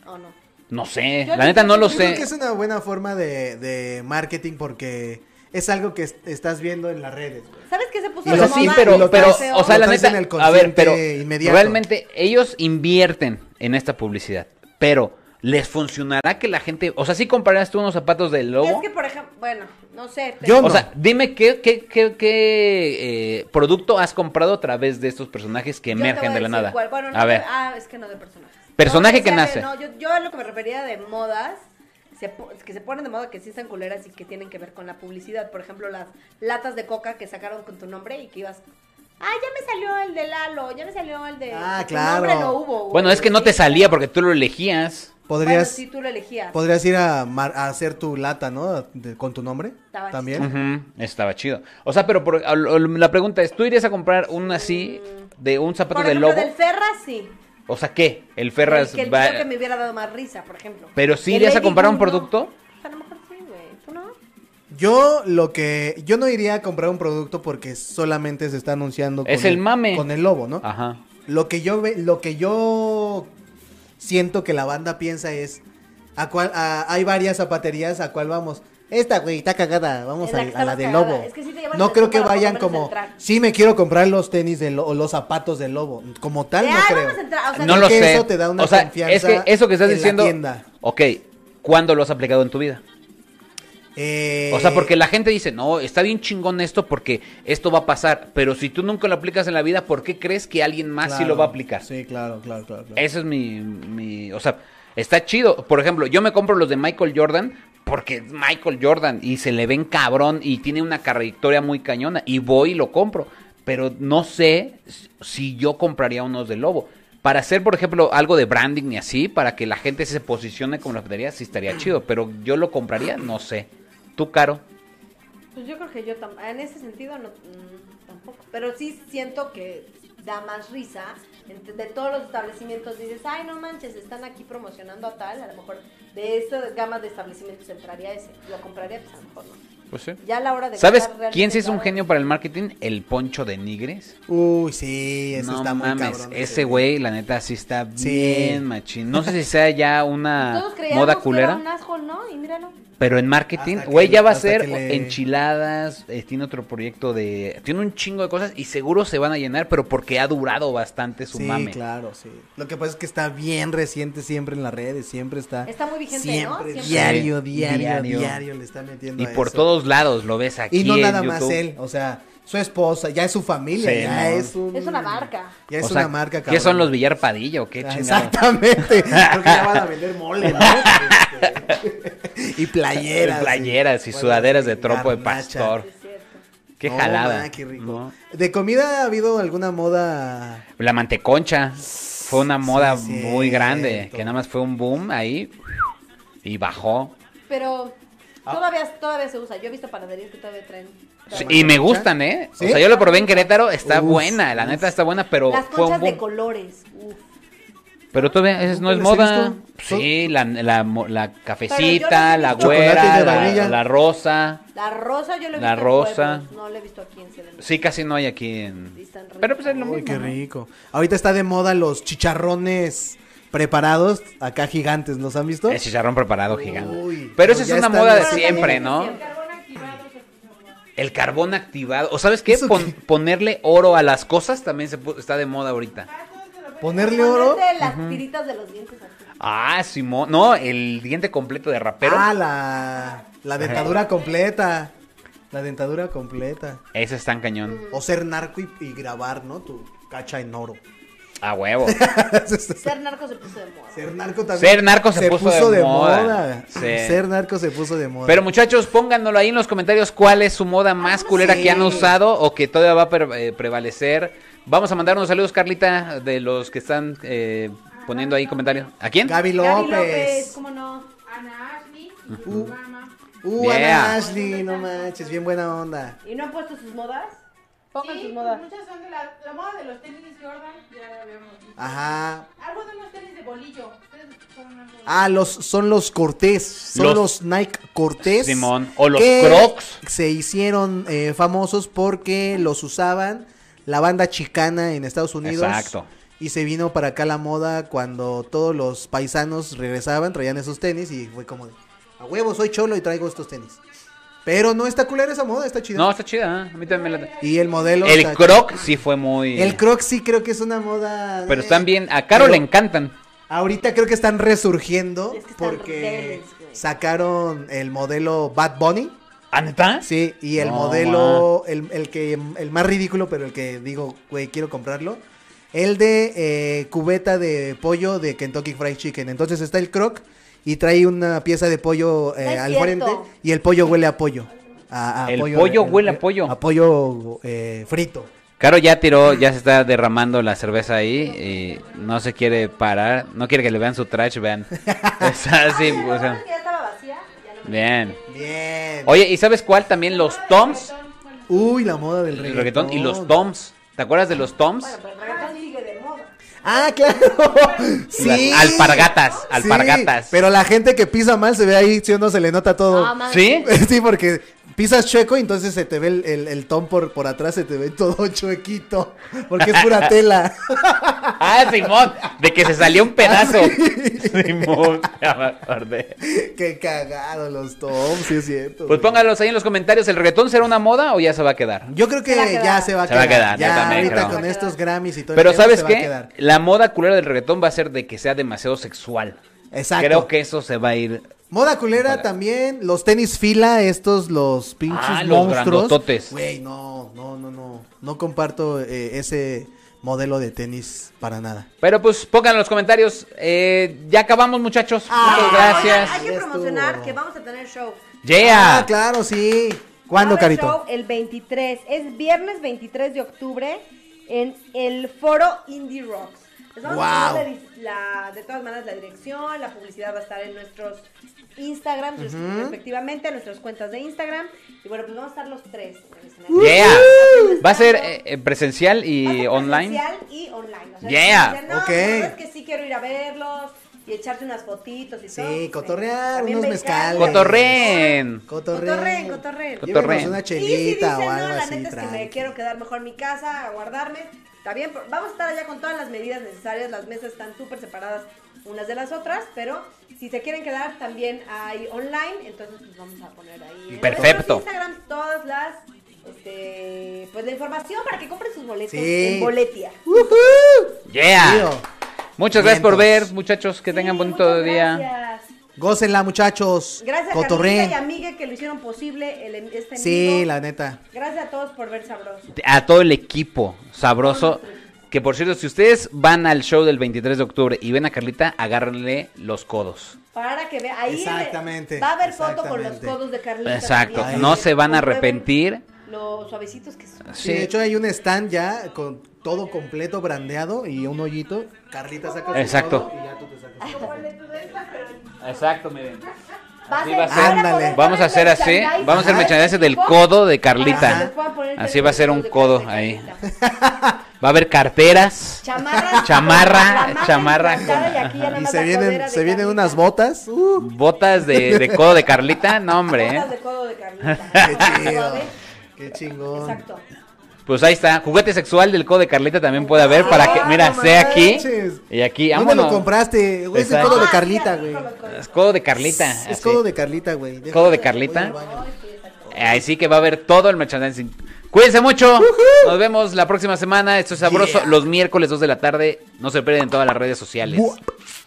S5: o no.
S4: No sé,
S5: Yo
S4: la
S5: no
S4: neta
S5: sé.
S4: no lo
S3: Yo creo que
S4: sé.
S3: es una buena forma de, de marketing porque es algo que es- estás viendo en las redes. güey.
S5: ¿Sabes qué se puso
S3: Y
S4: O sea,
S5: de
S3: lo
S5: moda?
S4: sí,
S3: traes-
S4: pero,
S3: lo
S4: pero,
S3: traes-
S4: o sea,
S3: lo
S4: la
S3: traes
S4: neta,
S3: en el
S4: a ver, pero
S3: consciente inmediato.
S4: realmente ellos invierten en esta publicidad, pero ¿les funcionará que la gente, o sea, sí comprarás tú unos zapatos del lobo?
S5: Es que, por ejemplo, bueno, no sé.
S3: Yo
S4: O
S3: no.
S4: sea, dime qué, qué, qué, qué, eh, producto has comprado a través de estos personajes que
S5: Yo te voy
S4: emergen
S5: a
S4: de la
S5: decir
S4: nada.
S5: cuál. Bueno, no
S4: a
S5: de-
S4: ver,
S5: Ah, es que no de personajes.
S4: Personaje
S5: No,
S4: que
S5: o sea,
S4: nace.
S5: No, yo, yo a lo que me refería de modas, se po- que se ponen de moda que sí están culeras y que tienen que ver con la publicidad. Por ejemplo, las latas de coca que sacaron con tu nombre y que ibas... Ah, ya me salió el de Lalo, ya me salió el de...
S3: Ah,
S5: tu
S3: claro.
S5: nombre no hubo. güey.
S4: bueno, es que no te
S5: Sí.
S4: salía porque tú lo elegías.
S5: Bueno,
S3: podrías,
S5: sí, tú lo elegías.
S3: podrías ir a, mar- a hacer tu lata, ¿no? De- con tu nombre
S5: Estaba
S3: también.
S4: Ujú, Estaba chido. O sea, pero por- a lo- la pregunta es, ¿tú irías a comprar un así de un zapato
S5: Por
S4: de
S5: ejemplo,
S4: lobo?
S5: del Ferras, sí.
S4: O sea, ¿qué? El Ferras
S5: El que, el
S4: va-
S5: creo que me hubiera dado más risa, por ejemplo.
S4: Pero sí
S5: El
S4: irías a
S5: Lady
S4: comprar
S5: Boo,
S4: un producto.
S5: No. A lo mejor sí, güey. ¿Tú no?
S3: Yo lo que yo no iría a comprar un producto porque solamente se está anunciando
S4: Es el mame. Ah,
S3: con el lobo, ¿no?
S4: Ajá.
S3: Lo que yo ve- lo que yo siento que la banda piensa es a cuál a- hay varias zapaterías a cuál vamos. Esta güey está cagada, vamos
S5: Es
S3: a
S5: la
S3: a
S5: que
S3: la,
S5: está más
S3: de
S5: cagada.
S3: lobo.
S5: Es que sí te llevan la
S3: no creo que
S5: tumba para
S3: vayan
S5: por lo menos
S3: como
S5: entrar.
S3: sí me quiero comprar los tenis de lo- o los zapatos del lobo, como tal
S5: De,
S3: no
S5: "Ay,
S3: creo.
S5: vamos a entrar", o sea,
S4: No
S3: Creo
S4: lo
S3: que
S4: sé.
S3: eso te da una
S4: o sea,
S3: confianza
S4: es que eso que estás
S3: en la
S4: diciendo.
S3: tienda.
S4: Ok, ¿cuándo lo has aplicado en tu vida?
S3: Eh,
S4: O sea, porque la gente dice, no, está bien chingón esto porque esto va a pasar. Pero si tú nunca lo aplicas en la vida, ¿por qué crees que alguien más sí
S3: claro,
S4: lo va a aplicar?
S3: Sí, claro, claro, claro. claro.
S4: Eso es mi, mi- O sea, está chido. Por ejemplo, yo me compro los de Michael Jordan porque es Michael Jordan y se le ven cabrón y tiene una trayectoria muy cañona. Y voy y lo compro. pero no sé si yo compraría unos de lobo. Para hacer, por ejemplo, algo de branding y así, para que la gente se posicione como la pedería, sí estaría chido, pero yo lo compraría, no sé. Tú, Caro.
S1: Pues yo creo que yo tam- en ese sentido no, mm, tampoco. Pero sí siento que da más risa. Ent- De todos los establecimientos dices, ay, no manches, están aquí promocionando a tal. A lo mejor de esas gamas de establecimientos entraría ese. Lo compraría, pues a lo mejor no.
S4: Pues sí.
S1: Ya a la hora de.
S4: ¿Sabes
S1: gastar realmente
S4: quién sí es un
S1: cada-
S4: genio para el marketing? El poncho de Nigres.
S3: Uy, sí, ese
S4: no
S3: está muy
S4: mames,
S3: cabrón.
S4: ese güey, la neta, sí está
S3: Sí.
S4: bien machín. No sé si sea ya una
S1: Todos creíamos
S4: moda
S1: que
S4: culera,
S1: era un asco, ¿no? Y míralo.
S4: pero en marketing,
S3: Hasta que-
S4: güey, ya va a
S3: hasta
S4: ser
S3: que le-
S4: enchiladas, eh, tiene otro proyecto de... Tiene un chingo de cosas y seguro se van a llenar, pero porque ha durado bastante su
S3: Sí,
S4: mame.
S3: claro, sí. Lo que pasa es que está bien reciente siempre en las redes, siempre está.
S1: Está muy vigente, ¿no?
S3: siempre,
S1: Siempre.
S3: Diario,
S4: Sí,
S3: diario,
S4: diario.
S3: diario, le está metiendo
S4: Y
S3: a
S4: por
S3: eso.
S4: todos lados lo ves aquí
S3: Y no
S4: en
S3: nada
S4: YouTube.
S3: más él, o sea, su esposa, ya es su familia,
S4: Sí,
S3: ya
S4: no.
S3: es un-
S1: Es
S4: Mm.
S1: una marca.
S3: Ya es
S4: O sea,
S3: una marca,
S4: ¿Qué son
S3: cabrón.
S4: los Villar Padilla o qué
S3: Ah,
S4: chingados?
S3: Exactamente. Creo que ya van a vender mole, ¿no? Este, y playeras.
S4: Playeras y
S3: bueno,
S4: sudaderas de
S3: sí,
S4: trompo de
S3: garnacha.
S4: pastor.
S1: Sí, es cierto.
S4: Qué
S3: No,
S4: jalada.
S3: man, qué rico.
S4: ¿no?
S3: ¿De comida ha habido alguna moda?
S4: La manteconcha fue una moda
S3: Sí,
S4: muy grande,
S3: cierto.
S4: que nada más fue un boom ahí y bajó.
S1: Pero todavía, todavía se usa. Yo he visto panaderías que todavía traen.
S4: Ah. Sí, y me gustan, ¿eh?
S3: ¿Sí?
S4: O sea, yo lo probé en Querétaro, está
S3: Uf,
S4: buena, la neta está buena, pero
S1: Las
S4: fue un
S1: conchas de
S4: boom.
S1: colores. Uf.
S4: Pero todavía es- no es
S3: ¿Nunca las he
S4: moda.
S3: visto?
S4: Sí, la, la, mo- la
S1: las
S4: cafecita,
S1: he
S4: la
S1: visto.
S4: güera,
S3: Chocolate de
S4: la,
S3: vainilla.
S4: la rosa.
S1: La rosa yo la he visto.
S4: La
S1: en
S4: rosa.
S1: pueblos, No la he visto aquí en CDMX.
S4: Sí, casi no hay aquí
S1: Y
S4: en...
S1: están
S4: Pero pues es lo
S1: ricas.
S3: Uy,
S4: mismo.
S3: qué
S4: ¿no?
S3: rico. Ahorita está de moda los chicharrones preparados, acá gigantes, ¿los han visto?
S4: El chicharrón preparado gigante.
S3: Uy,
S4: pero
S3: pero
S4: esa es
S3: ya
S4: una
S3: están
S4: moda de
S3: los-
S4: siempre, ¿no?
S6: El carbón activado se puso.
S4: El carbón activado. ¿O sabes qué?
S3: ¿Eso
S4: Pon-
S3: qué?
S4: Ponerle oro a las cosas también se pu- está de moda ahorita.
S6: Ah, todo se lo ponen.
S3: Ponerle oro.
S1: Ponerte las tiritas de los dientes aquí.
S4: Ah, Simón. No, el diente completo de rapero.
S3: Ah, la, la dentadura completa. La dentadura completa.
S4: Ese está en cañón.
S3: O ser narco y, y grabar, ¿no? Tu cacha en oro.
S4: A huevo.
S1: Ser narco se puso de moda.
S3: Ser narco también.
S4: Ser narco se puso de moda. Sí.
S3: Ser narco se puso de moda.
S4: Pero muchachos, pónganoslo ahí en los comentarios cuál es su
S3: Ah,
S4: moda más culera
S3: Sí.
S4: que han usado o que todavía va a pre- eh, prevalecer. Vamos a mandar unos saludos, Carlita, de los que están eh, poniendo ahí comentarios. ¿A quién?
S3: Gaby
S1: Gaby
S3: López.
S1: López, ¿cómo no?
S6: Ana Ashley y su
S3: Uh.
S6: mamá.
S3: Uh,
S4: Yeah.
S3: Ana Ashley, no manches, bien buena onda.
S1: ¿Y no han puesto sus modas? Pongan
S6: Sí,
S1: sus
S6: pues
S1: modas.
S6: muchas son de la, la moda de los tenis Jordan, ya la habíamos visto.
S3: Ajá.
S6: Algo de unos tenis de bolillo. Ustedes son algo-
S3: Ah, los, son los Cortés, son
S4: Los-
S3: los, Nike Cortés.
S4: Simón, o los
S3: que
S4: Crocs.
S3: Se hicieron eh, famosos porque los usaban la banda chicana en Estados Unidos.
S4: Exacto.
S3: Y se vino para acá la moda cuando todos los paisanos regresaban, traían esos tenis y fue como de, a huevo, soy cholo y traigo estos tenis. Pero no está culera esa moda, está chida.
S4: No, está chida. ¿eh? A mí también me late.
S3: y el modelo.
S4: El
S3: está
S4: croc sí fue muy...
S3: chido. El croc sí creo que es una moda.
S4: Pero
S3: eh,
S4: están bien. A Caro
S3: pero-
S4: le encantan.
S3: Ahorita creo que están resurgiendo
S1: Es que están
S3: porque
S1: rebeldes, güey.
S3: sacaron el modelo Bad Bunny.
S4: ¿Ah, neta?
S3: Sí, y el
S4: No,
S3: modelo, el, el que el más ridículo, pero el que digo, güey, quiero comprarlo. El de eh, cubeta de pollo de Kentucky Fried Chicken. Entonces está el croc y trae una pieza de pollo eh,
S1: No es
S3: al
S1: cierto.
S3: frente y el pollo huele a pollo. A, a
S4: El pollo
S3: eh,
S4: huele a pollo.
S3: A pollo eh, frito.
S4: Caro ya tiró, ya se está derramando la cerveza ahí y no se quiere parar, no quiere que le vean su trash, vean. Está así,
S1: Ay, la
S4: o sea,
S1: verdad es que ya estaba vacía. ya no me-
S4: bien.
S3: Bien.
S4: Oye, ¿y sabes cuál? También los toms,
S3: Uy, la moda del
S4: el
S3: reggaetón.
S4: reggaetón y los toms. ¿Te acuerdas de los toms?
S1: Bueno, pero el reggaetón sigue de moda.
S3: Ah, claro. Sí.
S4: Las alpargatas, alpargatas.
S3: Sí, pero la gente que pisa mal se ve ahí, si o no se le nota todo.
S1: Ah, man.
S4: ¿Sí?
S3: Sí, porque pisas chueco y entonces se te ve el, el, el tom por, por atrás, se te ve todo chuequito. Porque es pura tela.
S4: Ah, Simón, de que se salió un pedazo.
S3: Ah,
S4: Simón, ya me acordé.
S3: Qué cagado los toms, sí es cierto.
S4: Pues
S3: güey.
S4: póngalos ahí en los comentarios, ¿el reggaetón será una moda o ya se va a quedar?
S3: Yo creo que
S1: Se va a quedar.
S3: ya se va a
S4: Se va a
S3: quedar.
S4: quedar, yo
S3: ya
S4: también
S3: ahorita
S4: creo.
S3: con estos Grammys y todo el
S4: Pero
S3: tema
S4: ¿sabes
S3: se va a
S4: qué?
S3: quedar.
S4: La moda culera del reggaetón va a ser de que sea demasiado sexual.
S3: Exacto.
S4: Creo que eso se va a ir
S3: Moda culera
S4: Vale.
S3: también, los tenis fila, estos, los pinches
S4: Ah, los
S3: monstruos.
S4: grandototes.
S3: Güey, no, no, no, no. No comparto eh, ese modelo de tenis para nada.
S4: Pero pues pongan en los comentarios. eh, ya acabamos, muchachos.
S3: Ah,
S4: Muchas
S1: Oigan,
S4: gracias.
S1: hay que
S3: Ya estuvo.
S1: promocionar que vamos a tener show.
S4: Yeah.
S3: Ah, claro, sí. ¿Cuándo,
S5: Va a haber
S3: Carito?
S5: show el 23. Es viernes 23 de octubre en el foro Indie Rocks. Les vamos a
S3: Guau.
S5: poner la dis- la- de todas maneras la dirección, la publicidad va a estar en nuestros Instagram, res- respectivamente, en nuestras cuentas de Instagram. Y bueno, pues vamos a estar los tres. en el escenario.
S4: Yeah.
S5: Haciendo-
S4: ¿Va a ser eh, eh, presencial
S5: Uh-huh. Va a ser
S4: y online?
S5: presencial y online. O sea,
S4: Yeah.
S5: si dicen, "No,
S3: Ok.
S5: pues, la verdad es que sí quiero ir a verlos y echarte unas fotitos y
S3: Sí,
S5: todo. pues,
S3: cotorrear,
S5: también
S3: unos
S5: ve y cambia.
S3: mezcales.
S4: Cotorreen.
S5: Cotorreen, cotorreen.
S3: Llévenos
S4: Cotorreen.
S3: una
S5: Y si dicen,
S3: chelita
S5: no,
S3: o algo
S5: la
S3: así.
S5: neta es que me
S3: tranqui.
S5: quiero quedar mejor en mi casa, a guardarme. Está bien, pero vamos a estar allá con todas las medidas necesarias. Las mesas están súper separadas unas de las otras, pero si se quieren quedar también hay online, entonces pues vamos a poner ahí. en
S4: Perfecto.
S5: nuestros Instagram todas las, este, pues la información para que compren sus boletos
S3: Sí.
S5: en Boletia.
S3: ¡Ujú!
S4: Yeah.
S3: Tío,
S4: Muchas gracias por ver,
S3: Vientos.
S4: muchachos. Que tengan
S5: Sí,
S4: bonito
S5: muchas
S4: día.
S5: Gracias.
S3: Gócenla, muchachos.
S5: Gracias a
S3: Cotorreen.
S5: Carlita y a Miguel que lo hicieron posible el, este
S3: Sí,
S5: vivo.
S3: la neta.
S5: Gracias a todos por ver sabroso.
S4: A todo el equipo sabroso. Que por cierto, si ustedes van al show del 23 de octubre y ven a Carlita, agárrenle los codos.
S5: Para que vea, ahí
S3: Exactamente,
S5: va a haber foto con los
S3: exactamente.
S5: codos de Carlita.
S4: Exacto.
S5: también.
S4: No se van a
S5: Comprueben
S4: arrepentir.
S5: Los suavecitos que son.
S3: Sí. de hecho hay un stand ya con todo completo brandeado y un hoyito. Carlita saca su
S4: Exacto.
S3: codo y ya tú te sacas tu
S8: Como el de tu de estas, pero en
S4: Exacto, miren.
S5: Va
S4: Así
S5: ser-
S4: va a ser.
S5: van poder
S3: Ándale.
S5: poner
S4: Vamos a hacer así,
S5: merchandise
S4: vamos a hacer
S5: de
S4: merchandise
S5: este
S4: del
S5: tipo
S4: codo de
S5: para que
S4: Carlita.
S5: les puedan poner
S4: Así va a ser un
S5: los
S4: codo
S5: de
S4: ahí.
S5: Carlita.
S4: Va a haber carteras.
S5: Chamarra.
S4: Chamarra, chamarra.
S3: codo. Y se vienen, se vienen unas botas. Uh,
S4: Botas de, de codo de Carlita, no hombre. ¿eh?
S5: Botas de codo de Carlita.
S3: qué chido.
S5: Suave.
S3: Qué chingón.
S5: Exacto.
S4: Pues ahí está, juguete sexual del codo de Carlita también puede haber para que,
S3: Ah,
S4: mira,
S3: no
S4: sea aquí
S3: manches.
S4: y aquí,
S3: ¿Dónde lo
S4: vámonos.
S3: compraste? Güey, es el
S4: Exacto.
S3: codo de
S5: Ah,
S3: Carlita,
S5: sí,
S3: güey.
S5: así con los codos.
S4: Es codo de Carlita.
S3: Es
S4: así.
S3: codo de Carlita, güey.
S4: Codo de
S3: Déjame,
S4: Carlita.
S3: voy al baño.
S4: Ahí sí que va a haber todo el merchandising. Cuídense mucho. Nos vemos la próxima semana. Esto es sabroso.
S3: Yeah.
S4: Los miércoles 2 de la tarde. No se pierden en todas las redes sociales.
S3: Buah.